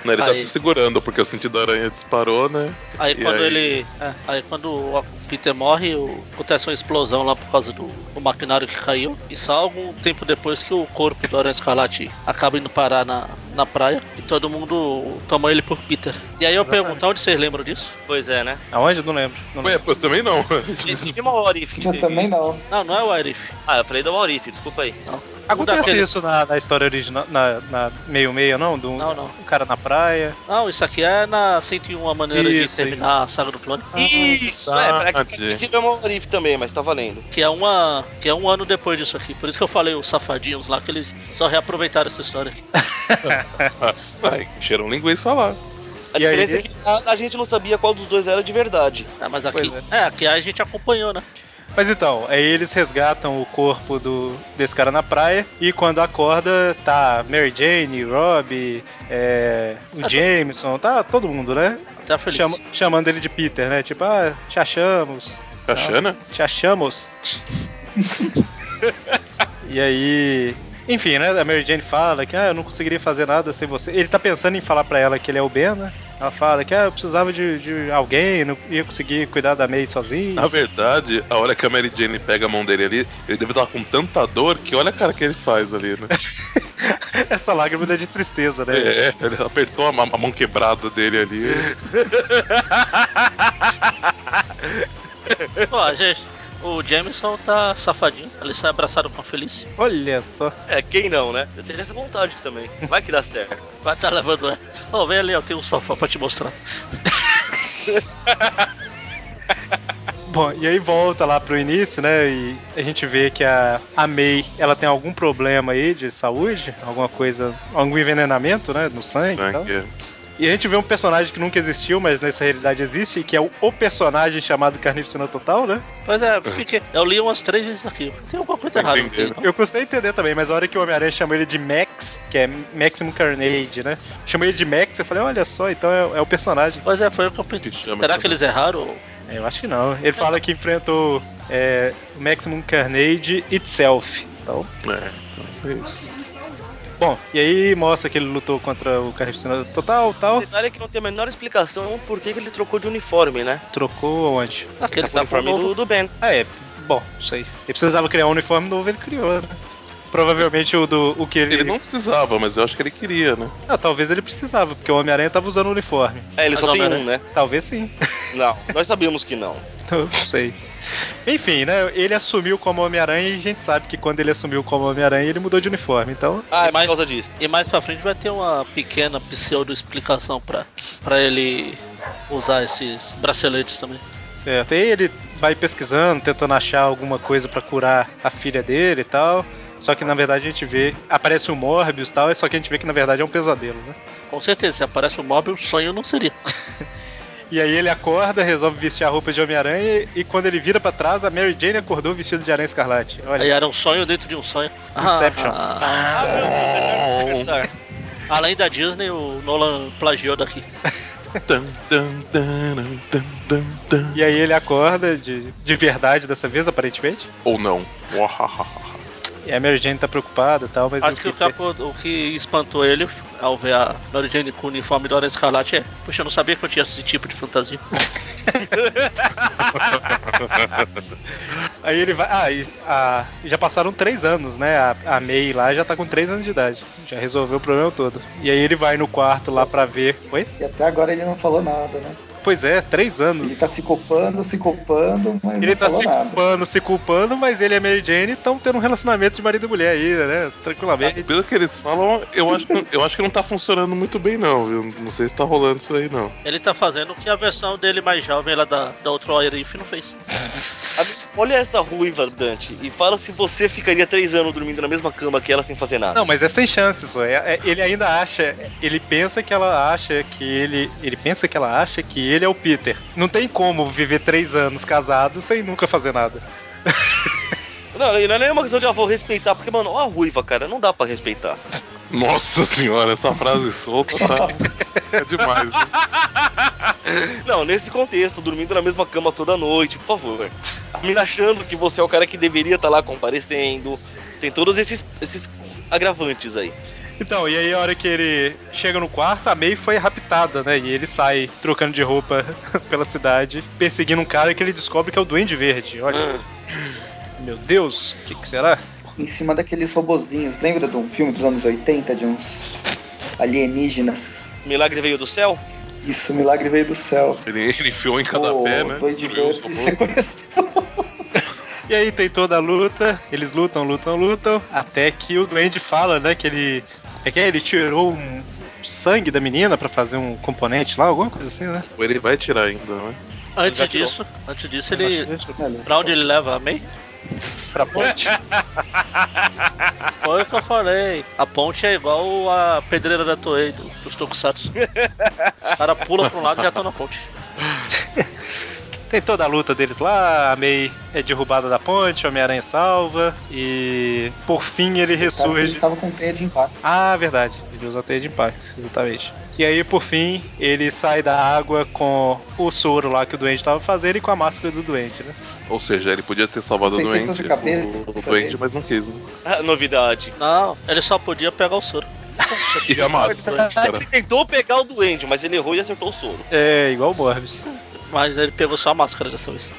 [SPEAKER 5] Não, ele tá
[SPEAKER 4] Aí.
[SPEAKER 5] se segurando, porque o sentido da aranha disparou, né?
[SPEAKER 4] Aí
[SPEAKER 5] E
[SPEAKER 4] quando
[SPEAKER 5] aí?
[SPEAKER 4] ele. é, aí quando o Peter morre, o- acontece uma explosão lá por causa do, do maquinário que caiu. E só algum tempo depois que o corpo do Aranha Escarlate acaba indo parar na, na praia e todo mundo toma ele por Peter. E aí eu
[SPEAKER 1] Exatamente.
[SPEAKER 4] pergunto, onde vocês lembram disso?
[SPEAKER 3] Pois é, né?
[SPEAKER 1] Aonde? Eu Não lembro. Não
[SPEAKER 5] Ué,
[SPEAKER 1] lembro.
[SPEAKER 5] pô, eu também não.
[SPEAKER 3] Tinha uma Warif.
[SPEAKER 2] Eu também não.
[SPEAKER 4] Não, não é o Arif.
[SPEAKER 3] Ah, eu falei da Warif, desculpa aí.
[SPEAKER 4] Não. O
[SPEAKER 1] Acontece
[SPEAKER 4] daquele-
[SPEAKER 1] isso na, na história original, na, na meio meia, não? Do,
[SPEAKER 4] Não, não.
[SPEAKER 1] O cara na praia.
[SPEAKER 4] Não, isso aqui é na 101 a maneira
[SPEAKER 1] Isso,
[SPEAKER 4] de terminar a saga do clone.
[SPEAKER 1] Ah,
[SPEAKER 3] Isso, é, pra
[SPEAKER 5] verdade.
[SPEAKER 3] que tiver uma Warif também, mas tá valendo.
[SPEAKER 4] Que é, uma, que é um ano depois disso aqui. Por isso que eu falei os safadinhos lá, que eles só reaproveitaram essa história.
[SPEAKER 5] Ai, cheirou um linguiça lá.
[SPEAKER 3] A
[SPEAKER 1] E aí?
[SPEAKER 3] diferença é que a, a gente não sabia qual dos dois era de verdade.
[SPEAKER 4] É, mas aqui.
[SPEAKER 1] Pois
[SPEAKER 4] É. aqui a gente acompanhou, né?
[SPEAKER 1] Mas então, aí eles resgatam o corpo do, desse cara na praia e quando acorda tá Mary Jane, Rob, é, o Jameson, tá todo mundo, né?
[SPEAKER 4] Ah, Tá feliz.
[SPEAKER 1] Chama- chamando ele de Peter, né? Tipo, ah, te achamos.
[SPEAKER 5] Cachana?
[SPEAKER 1] Te achamos. e aí. Enfim, né? A Mary Jane fala que ah, eu não conseguiria fazer nada sem você. Ele tá pensando em falar pra ela que ele é o Ben, né? Ela fala que ah, eu precisava de, de alguém, não ia conseguir cuidar da May sozinho.
[SPEAKER 5] Na verdade, a hora que a Mary Jane pega a mão dele ali, ele deve estar com tanta dor que olha a cara que ele faz ali, né?
[SPEAKER 1] Essa lágrima é de tristeza, né?
[SPEAKER 5] É, ele apertou a, ma- a mão quebrada dele ali.
[SPEAKER 4] Pô, a gente, o Jameson tá safadinho. Ele sai abraçado com a Felice.
[SPEAKER 1] Olha só.
[SPEAKER 3] É, quem não, né? Eu teria essa vontade também. Vai que dá certo.
[SPEAKER 4] Vai tá levando ela. Ô, vem ali, eu tenho um sofá pra te mostrar.
[SPEAKER 1] Bom, e aí volta lá pro início, né? E a gente vê que a, a May, ela tem algum problema aí de saúde, alguma coisa, algum envenenamento, né? No sangue. e tal.
[SPEAKER 5] Sangue.
[SPEAKER 1] E a gente vê um personagem que nunca existiu, mas nessa realidade existe, que é o, o personagem chamado Carnificina Total, né?
[SPEAKER 4] Pois é, fiquei. Eu li umas três vezes aqui. Tem alguma coisa errada no
[SPEAKER 5] Entenderam.
[SPEAKER 4] filme. não?
[SPEAKER 1] Eu custei entender também, mas a hora que o Homem-Aranha chama ele de Max, que é Maximum Carnage, né? Chamei ele de Max, eu falei, olha só, então é, é o personagem.
[SPEAKER 4] Pois é, foi o que eu
[SPEAKER 5] Que
[SPEAKER 4] pensei.
[SPEAKER 5] chama
[SPEAKER 4] Será que
[SPEAKER 5] também.
[SPEAKER 4] eles erraram?
[SPEAKER 1] É, Eu acho que não. Ele fala que enfrentou é, o Maximum Carnage itself. Então,
[SPEAKER 5] É.
[SPEAKER 1] Bom, e aí mostra que ele lutou contra o Carnificina Total
[SPEAKER 3] O
[SPEAKER 1] tal.
[SPEAKER 3] detalhe é que não tem a menor explicação por que, que ele trocou de uniforme, né?
[SPEAKER 1] Trocou onde?
[SPEAKER 4] Aquele
[SPEAKER 3] com o
[SPEAKER 4] tá com
[SPEAKER 3] uniforme
[SPEAKER 4] novo.
[SPEAKER 3] do, do Ben.
[SPEAKER 1] Ah, é. Bom, isso aí. Ele precisava criar um uniforme novo, ele criou, né? Provavelmente o do o que ele.
[SPEAKER 5] Ele não precisava, mas eu acho que ele queria, né?
[SPEAKER 1] Ah, talvez ele precisava, porque o Homem-Aranha tava usando o uniforme.
[SPEAKER 3] É, ele
[SPEAKER 4] Mas
[SPEAKER 3] só tem
[SPEAKER 4] Homem-Aranha.
[SPEAKER 3] um, né?
[SPEAKER 1] Talvez sim.
[SPEAKER 3] Não, nós sabíamos que não.
[SPEAKER 1] não sei. Enfim, né? Ele assumiu como Homem-Aranha e a gente sabe que quando ele assumiu como Homem-Aranha, ele mudou de uniforme. Então,
[SPEAKER 3] Ah, é
[SPEAKER 4] Mas-
[SPEAKER 3] por causa disso.
[SPEAKER 4] E mais pra frente vai ter uma pequena pseudo-explicação pra, pra ele usar esses braceletes também.
[SPEAKER 1] Certo. E aí ele vai pesquisando, tentando achar alguma coisa pra curar a filha dele e tal. Só que na verdade a gente vê. Aparece o Morbius e tal, só que a gente vê que na verdade é um pesadelo, né?
[SPEAKER 4] Com certeza, se aparece o Mob, o sonho não seria.
[SPEAKER 1] E aí ele acorda, resolve vestir a roupa de Homem-Aranha e quando ele vira pra trás, a Mary Jane acordou vestida de Aranha Escarlate. Olha,
[SPEAKER 4] Aí era um sonho dentro de um sonho.
[SPEAKER 1] Inception.
[SPEAKER 4] Ah, além da Disney, o Nolan plagiou daqui.
[SPEAKER 5] Tan, tan, taran, tan, tan, tan.
[SPEAKER 1] e aí ele acorda de, de verdade dessa vez, aparentemente.
[SPEAKER 5] Ou não. Uahahaha.
[SPEAKER 1] E a Mary Jane tá preocupada e tal, mas
[SPEAKER 4] Acho
[SPEAKER 1] o
[SPEAKER 4] que o,
[SPEAKER 1] Peter-
[SPEAKER 4] que acor- o que espantou ele ao ver a Mary Jane com o uniforme do Aranha Escarlate é: Poxa, eu não sabia que eu tinha esse tipo de fantasia.
[SPEAKER 1] Aí ele vai. Ah, e a- já passaram três anos, né? A, a May lá já tá com três anos de idade. Já resolveu o problema todo. E aí ele vai no quarto lá pra ver. Oi?
[SPEAKER 2] E até agora ele não falou nada, né?
[SPEAKER 1] Pois é, três
[SPEAKER 2] Ele
[SPEAKER 1] anos.
[SPEAKER 2] tá se culpando, se culpando, mas
[SPEAKER 1] Ele
[SPEAKER 2] não
[SPEAKER 1] tá
[SPEAKER 2] falou
[SPEAKER 1] se
[SPEAKER 2] nada.
[SPEAKER 1] culpando, se culpando, mas ele e a Mary Jane estão tendo um relacionamento de marido e mulher aí, né? Tranquilamente.
[SPEAKER 5] Pelo que eles falam, eu acho, que- eu acho que não tá funcionando muito bem, não, viu? Não sei se tá rolando isso aí, não.
[SPEAKER 4] Ele tá fazendo o que a versão dele mais jovem lá da, da outra Aerif não fez.
[SPEAKER 3] A- Olha essa ruiva, Dante, e fala se você ficaria três anos dormindo na mesma cama que ela sem fazer nada.
[SPEAKER 1] Não, mas é sem chances, só. É- é- ele ainda acha, ele pensa que ela acha que ele, ele pensa que ela acha que ele é o Peter. Não tem como viver três anos casado sem nunca fazer nada.
[SPEAKER 3] Não, e não é nenhuma questão de, ah, vou respeitar, porque, mano, ó a ruiva, cara, não dá pra respeitar.
[SPEAKER 5] Nossa senhora, essa frase solta tá é demais. né?
[SPEAKER 3] Não, nesse contexto, dormindo na mesma cama toda noite, por favor. A mina achando que você é o cara que deveria estar lá comparecendo. Tem todos esses, esses agravantes aí.
[SPEAKER 1] Então, e aí a hora que ele chega no quarto, a May foi raptada, né? E ele sai trocando de roupa pela cidade, perseguindo um cara que ele descobre que é o Duende Verde. Olha. Meu Deus, o que, que será?
[SPEAKER 2] Em cima daqueles robozinhos. Lembra de um filme dos anos 80 de uns alienígenas?
[SPEAKER 3] Milagre veio do céu?
[SPEAKER 2] Isso, o milagre veio do céu.
[SPEAKER 5] Ele, ele enfiou em cada
[SPEAKER 2] O
[SPEAKER 5] pé, né?
[SPEAKER 2] Doide
[SPEAKER 5] Destruiu os
[SPEAKER 2] Verde
[SPEAKER 5] robôs.
[SPEAKER 2] sequestrou.
[SPEAKER 1] E aí tem toda a luta, eles lutam, lutam, lutam, até que o Duende fala, né, que ele. É que ele tirou um sangue da menina pra fazer um componente lá, alguma coisa assim, né?
[SPEAKER 5] Ele vai tirar ainda, né?
[SPEAKER 4] Antes
[SPEAKER 3] Ele já tirou.
[SPEAKER 4] disso, antes disso,
[SPEAKER 1] é
[SPEAKER 4] ele.
[SPEAKER 2] Olha
[SPEAKER 4] Pra
[SPEAKER 2] só.
[SPEAKER 4] onde ele leva a May?
[SPEAKER 1] Pra ponte.
[SPEAKER 4] Foi o que eu falei. A ponte é igual a pedreira da Toei do- dos Tokusatsu. Os caras pulam pra um lado e já estão na ponte.
[SPEAKER 1] Tem toda a luta deles lá, a May é derrubada da ponte, o Homem-Aranha salva, e por fim ele
[SPEAKER 2] Cara, Ele tá
[SPEAKER 1] ressurge.
[SPEAKER 2] estava com teia de impacto.
[SPEAKER 1] Ah, verdade. Ele usa a teia de impacto, exatamente. E aí, por fim, ele sai da água com o soro lá que o doente tava fazendo e com a máscara do doente, né?
[SPEAKER 5] Ou seja, ele podia ter salvado o
[SPEAKER 2] Pensei que
[SPEAKER 5] doente.
[SPEAKER 2] fosse cabeça,
[SPEAKER 5] o- o
[SPEAKER 2] sabe?
[SPEAKER 5] doente, mas não quis. Né?
[SPEAKER 3] Ah, novidade.
[SPEAKER 4] Não, ele só podia pegar o soro.
[SPEAKER 5] E a máscara? cara?
[SPEAKER 3] Ele tentou pegar o duende, mas ele errou e acertou o soro.
[SPEAKER 1] É, igual o Morbius.
[SPEAKER 4] Mas ele pegou só a máscara dessa vez.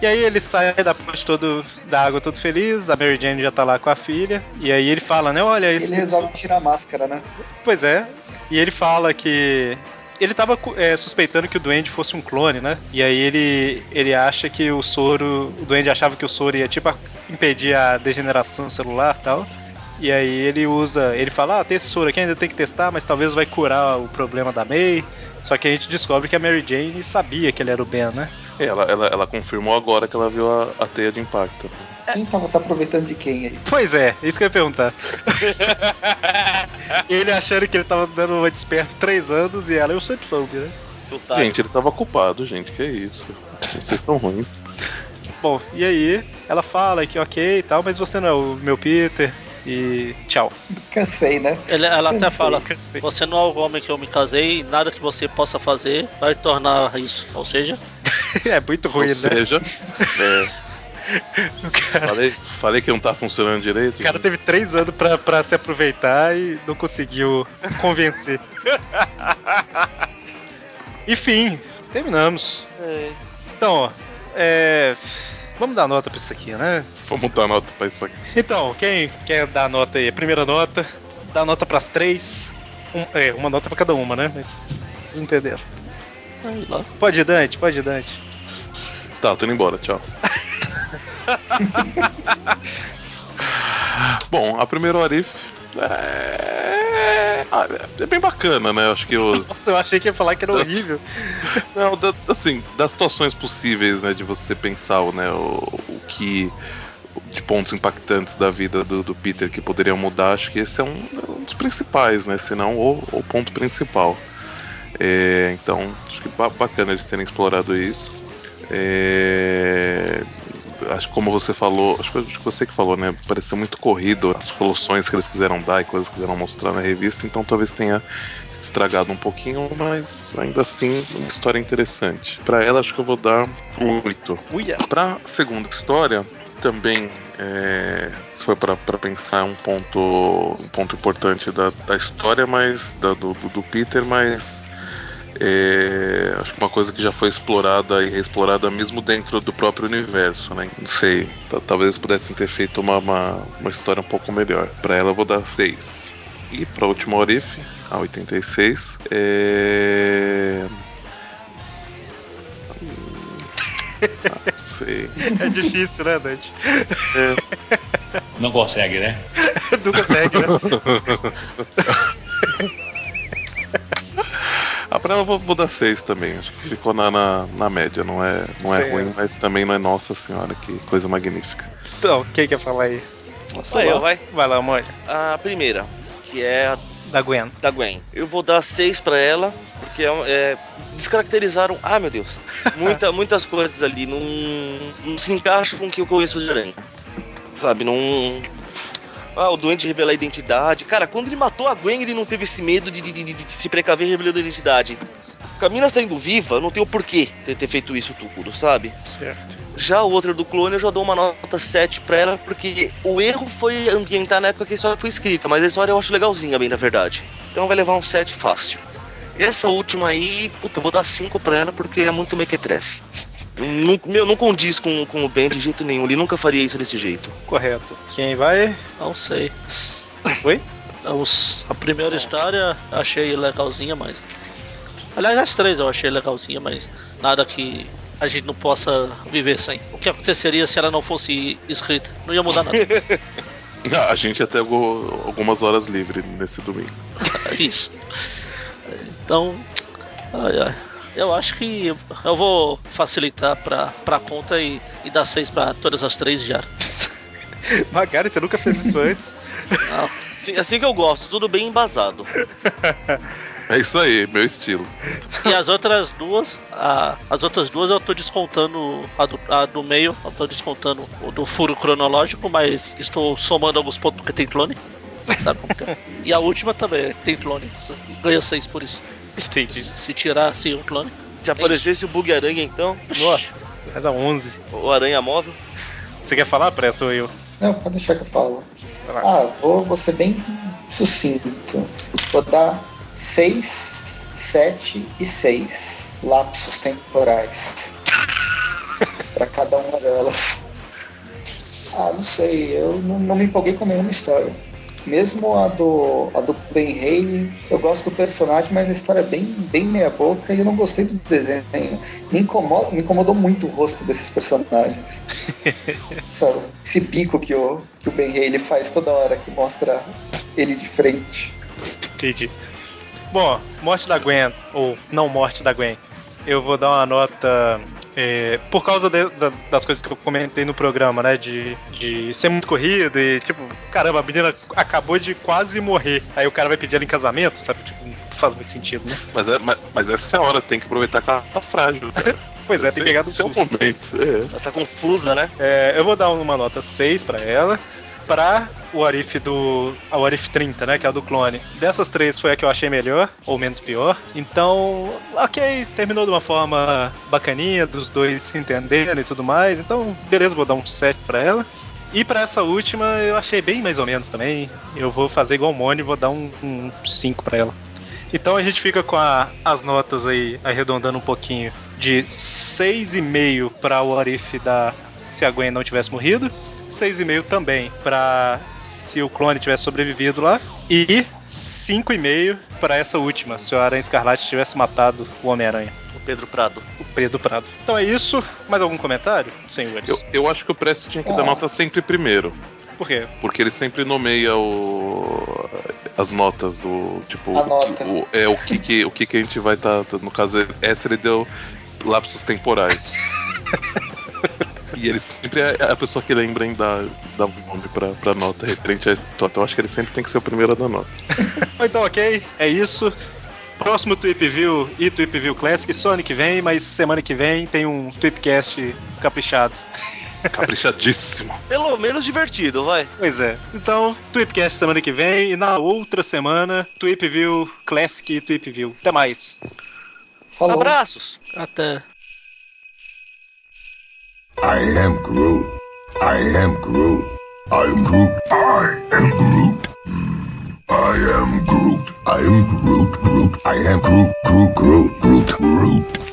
[SPEAKER 1] E aí ele sai da ponte todo, da água todo feliz, a Mary Jane já tá lá com a filha, e aí ele fala, né, olha... Esse,
[SPEAKER 2] Ele resolve tirar a máscara, né?
[SPEAKER 1] Pois é, e ele fala que... Ele tava cu- é, suspeitando que o Duende fosse um clone, né? E aí ele, ele acha que o soro... O Duende achava que o soro ia, tipo, impedir a degeneração celular e tal. E aí ele usa... Ele fala, ah, tem esse soro aqui, ainda tem que testar, mas talvez vai curar o problema da May. Só que a gente descobre que a Mary Jane sabia que ele era o Ben, né?
[SPEAKER 5] É, Ela, ela, ela confirmou agora que ela viu a, a teia de impacto.
[SPEAKER 2] Quem tava se aproveitando de quem aí?
[SPEAKER 1] Pois é, isso que eu ia perguntar. ele achando que ele tava dando uma desperto três anos e ela eu sempre soube, né?
[SPEAKER 3] Seu
[SPEAKER 4] Tá.
[SPEAKER 3] otário.
[SPEAKER 5] Gente, ele tava culpado, gente. Que é isso? Vocês estão ruins.
[SPEAKER 1] Bom, e aí ela fala que ok e tal, mas você não é o meu Peter e tchau.
[SPEAKER 2] Cansei, né?
[SPEAKER 4] Ele- ela até
[SPEAKER 2] Cansei.
[SPEAKER 4] fala: Você não é o homem que eu me casei, nada que você possa fazer vai tornar isso. Ou seja,
[SPEAKER 1] é muito ruim,
[SPEAKER 5] Ou
[SPEAKER 1] né?
[SPEAKER 5] seja, é, falei, falei que não tá funcionando direito.
[SPEAKER 1] O cara teve três anos pra, pra se aproveitar e não conseguiu convencer. Enfim, terminamos. Então, ó, é, vamos dar nota pra isso aqui, né?
[SPEAKER 5] Vamos dar nota pra isso aqui.
[SPEAKER 1] Então, quem quer dar nota aí? A primeira nota, dá nota pras três. Um- é, uma nota pra cada uma, né? Mas vocês entenderam.
[SPEAKER 4] sei lá.
[SPEAKER 1] Pode ir, Dante, pode ir, Dante.
[SPEAKER 5] Tá, tô indo embora, tchau. Bom, a primeira Arif é... ah, é bem bacana, né? Acho que os,
[SPEAKER 1] Nossa, eu achei que ia falar que era horrível.
[SPEAKER 5] Não, da- assim, das situações possíveis, né, de você pensar né, o, o que. de pontos impactantes da vida do, do Peter que poderiam mudar, acho que esse é um, um dos principais, né? Se não o, o ponto principal. É, então, acho que ba- bacana eles terem explorado isso. É, acho que como você falou, acho que, acho que você que falou, né? Pareceu muito corrido as soluções que eles quiseram dar e coisas que quiseram mostrar na revista, então talvez tenha estragado um pouquinho, mas ainda assim uma história interessante. Pra ela acho que eu vou dar oito.
[SPEAKER 1] Uia.
[SPEAKER 5] Pra segunda história também é, se for pra pra pensar é um ponto um ponto importante da, da história, mas da- do, do- do Peter, mas é, acho que uma coisa que já foi explorada e reexplorada mesmo dentro do próprio universo, né? Não sei, ta- talvez eles pudessem ter feito uma, uma, uma história um pouco melhor. Pra ela eu vou dar seis. E pra última Orif, a 86, é. Hum, ah, Não sei.
[SPEAKER 1] É difícil, né, Dante?
[SPEAKER 7] Não consegue, né?
[SPEAKER 1] Não consegue, né?
[SPEAKER 5] A Ah, pra ela eu vou, vou dar 6 também. Acho que ficou na, na, na média. Não é, não é
[SPEAKER 1] Certo.
[SPEAKER 5] ruim, mas também não é Nossa Senhora, que coisa magnífica.
[SPEAKER 1] Então, quem quer falar aí?
[SPEAKER 3] Sou eu, vai.
[SPEAKER 1] Vai lá, Mônica.
[SPEAKER 3] A primeira, que é a
[SPEAKER 1] Da Gwen.
[SPEAKER 3] da Gwen. Eu vou dar seis pra ela, porque é, um- é, descaracterizaram. Ah, meu Deus! Muita, muitas coisas ali. Não, não se encaixa com o que eu conheço de aranha. Sabe, não. Ah, o doente revela a identidade. Cara, quando ele matou a Gwen, ele não teve esse medo de, de- de- de- de se precaver revelando a identidade. com a mina saindo viva, não tenho porquê ter, ter feito isso tudo, sabe?
[SPEAKER 1] Certo.
[SPEAKER 3] Já o outro do clone, eu já dou uma nota 7 pra ela, porque o erro foi ambientar na época que a história foi escrita, mas a história eu acho legalzinha, bem na verdade. Então vai levar um 7 fácil. Essa última aí, puta, eu vou dar 5 pra ela, porque é muito mequetrefe. Não, meu, não condiz com, com o Ben de jeito nenhum, ele nunca faria isso desse jeito.
[SPEAKER 1] Correto. Quem vai?
[SPEAKER 4] Não sei.
[SPEAKER 1] Oi?
[SPEAKER 4] Os- a primeira história eu achei legalzinha, mas. Aliás, as três eu achei legalzinha, mas nada que a gente não possa viver sem. O que aconteceria se ela não fosse escrita? Não ia mudar nada.
[SPEAKER 5] Ah, a gente ia ter algu- algumas horas livres nesse domingo.
[SPEAKER 4] É Isso. Então, ai, ai. eu acho que eu vou facilitar pra, pra conta e, e dar seis pra todas as três já.
[SPEAKER 1] Magari, você nunca fez isso antes.
[SPEAKER 3] Assim, assim que eu gosto, tudo bem embasado.
[SPEAKER 5] É isso aí, meu estilo.
[SPEAKER 4] E as outras duas, a- as outras duas eu tô descontando a do, a do meio, eu tô descontando o do furo cronológico, mas estou somando alguns pontos porque tem clone. Sabe como que é? E a última também tem clone. Ganha seis por isso.
[SPEAKER 1] Entendi.
[SPEAKER 4] Se tirar sim um clone.
[SPEAKER 3] Se aparecesse o Bug Aranha então,
[SPEAKER 1] Nossa, faz a 11.
[SPEAKER 3] o Aranha Móvel,
[SPEAKER 1] Você quer falar, Presta, ou eu?
[SPEAKER 2] Não, pode deixar que eu falo.
[SPEAKER 1] Vai lá.
[SPEAKER 2] Ah, vou, vou ser bem sucinto. Vou dar 6, 7 e 6 lapsos temporais para cada uma delas. Ah, não sei, eu não, não me empolguei com nenhuma história. Mesmo a do, a do Ben Haley, eu gosto do personagem, mas a história é bem, bem meia boca e eu não gostei do desenho. Me, incomoda, me incomodou muito o rosto desses personagens essa- esse bico que o, que o Ben Haley faz toda hora que mostra ele de frente.
[SPEAKER 1] Entendi. Bom, morte da Gwen, ou não morte da Gwen, eu vou dar uma nota. é, por causa de- da- das coisas que eu comentei no programa, né? De, de ser muito corrido e, tipo, caramba, a menina acabou de quase morrer. Aí o cara vai pedir ela em casamento, sabe? Tipo, não faz muito sentido, né?
[SPEAKER 5] Mas, é, mas, mas essa é a hora, tem que aproveitar que ela tá frágil. Cara.
[SPEAKER 1] Pois é, tem
[SPEAKER 5] Esse-
[SPEAKER 1] pegado o
[SPEAKER 5] esse é o
[SPEAKER 1] susto.
[SPEAKER 5] momento. É.
[SPEAKER 3] ela tá confusa, né?
[SPEAKER 1] É, eu vou dar uma nota 6 pra ela. Pra o Arif do. A Arif 30, né? Que é a do clone. Dessas três foi a que eu achei melhor, ou menos pior. Então, ok, terminou de uma forma bacaninha, dos dois se entendendo e tudo mais. Então, beleza, vou dar um 7 pra ela. E pra essa última, eu achei bem mais ou menos também. Eu vou fazer igual o Mone e vou dar um, um 5 pra ela. Então a gente fica com a- as notas aí, arredondando um pouquinho, de 6,5 pra o Arif da se a Gwen não tivesse morrido. 6,5 também pra se o clone tivesse sobrevivido lá. E 5,5 pra essa última, se o Aranha Escarlate tivesse matado o Homem-Aranha,
[SPEAKER 3] O Pedro Prado.
[SPEAKER 1] o Pedro Prado. Então é isso. Mais algum comentário, senhores?
[SPEAKER 5] Eu, eu acho que o Prest tinha que
[SPEAKER 1] É.
[SPEAKER 5] dar nota sempre primeiro.
[SPEAKER 1] Por quê?
[SPEAKER 5] Porque ele sempre nomeia o... as notas do. Tipo,
[SPEAKER 2] A
[SPEAKER 5] o,
[SPEAKER 2] nota.
[SPEAKER 5] Que, o- é, o, que, que, o que, que a gente vai estar. no caso, essa ele deu lapsos temporais. e ele sempre é a pessoa que lembra em dar, dar um nome pra, pra nota referente à história. Então eu acho que ele sempre tem que ser o primeiro da nota.
[SPEAKER 1] Então, ok, é isso. Próximo Tweep View e Tweep View Classic só ano que vem, mas semana que vem tem um Tweepcast caprichado.
[SPEAKER 5] Caprichadíssimo.
[SPEAKER 3] Pelo menos divertido, vai.
[SPEAKER 1] Pois é. Então, Tweepcast semana que vem e na outra semana, Tweep View Classic e Tweep View. Até mais.
[SPEAKER 2] Falou.
[SPEAKER 3] Abraços.
[SPEAKER 4] Até.
[SPEAKER 8] I am Groot. I am Groot. I am Groot. I am Groot. I am Groot. I am Groot. Groot. I am Groot. Groot. Groot. Groot. Groot.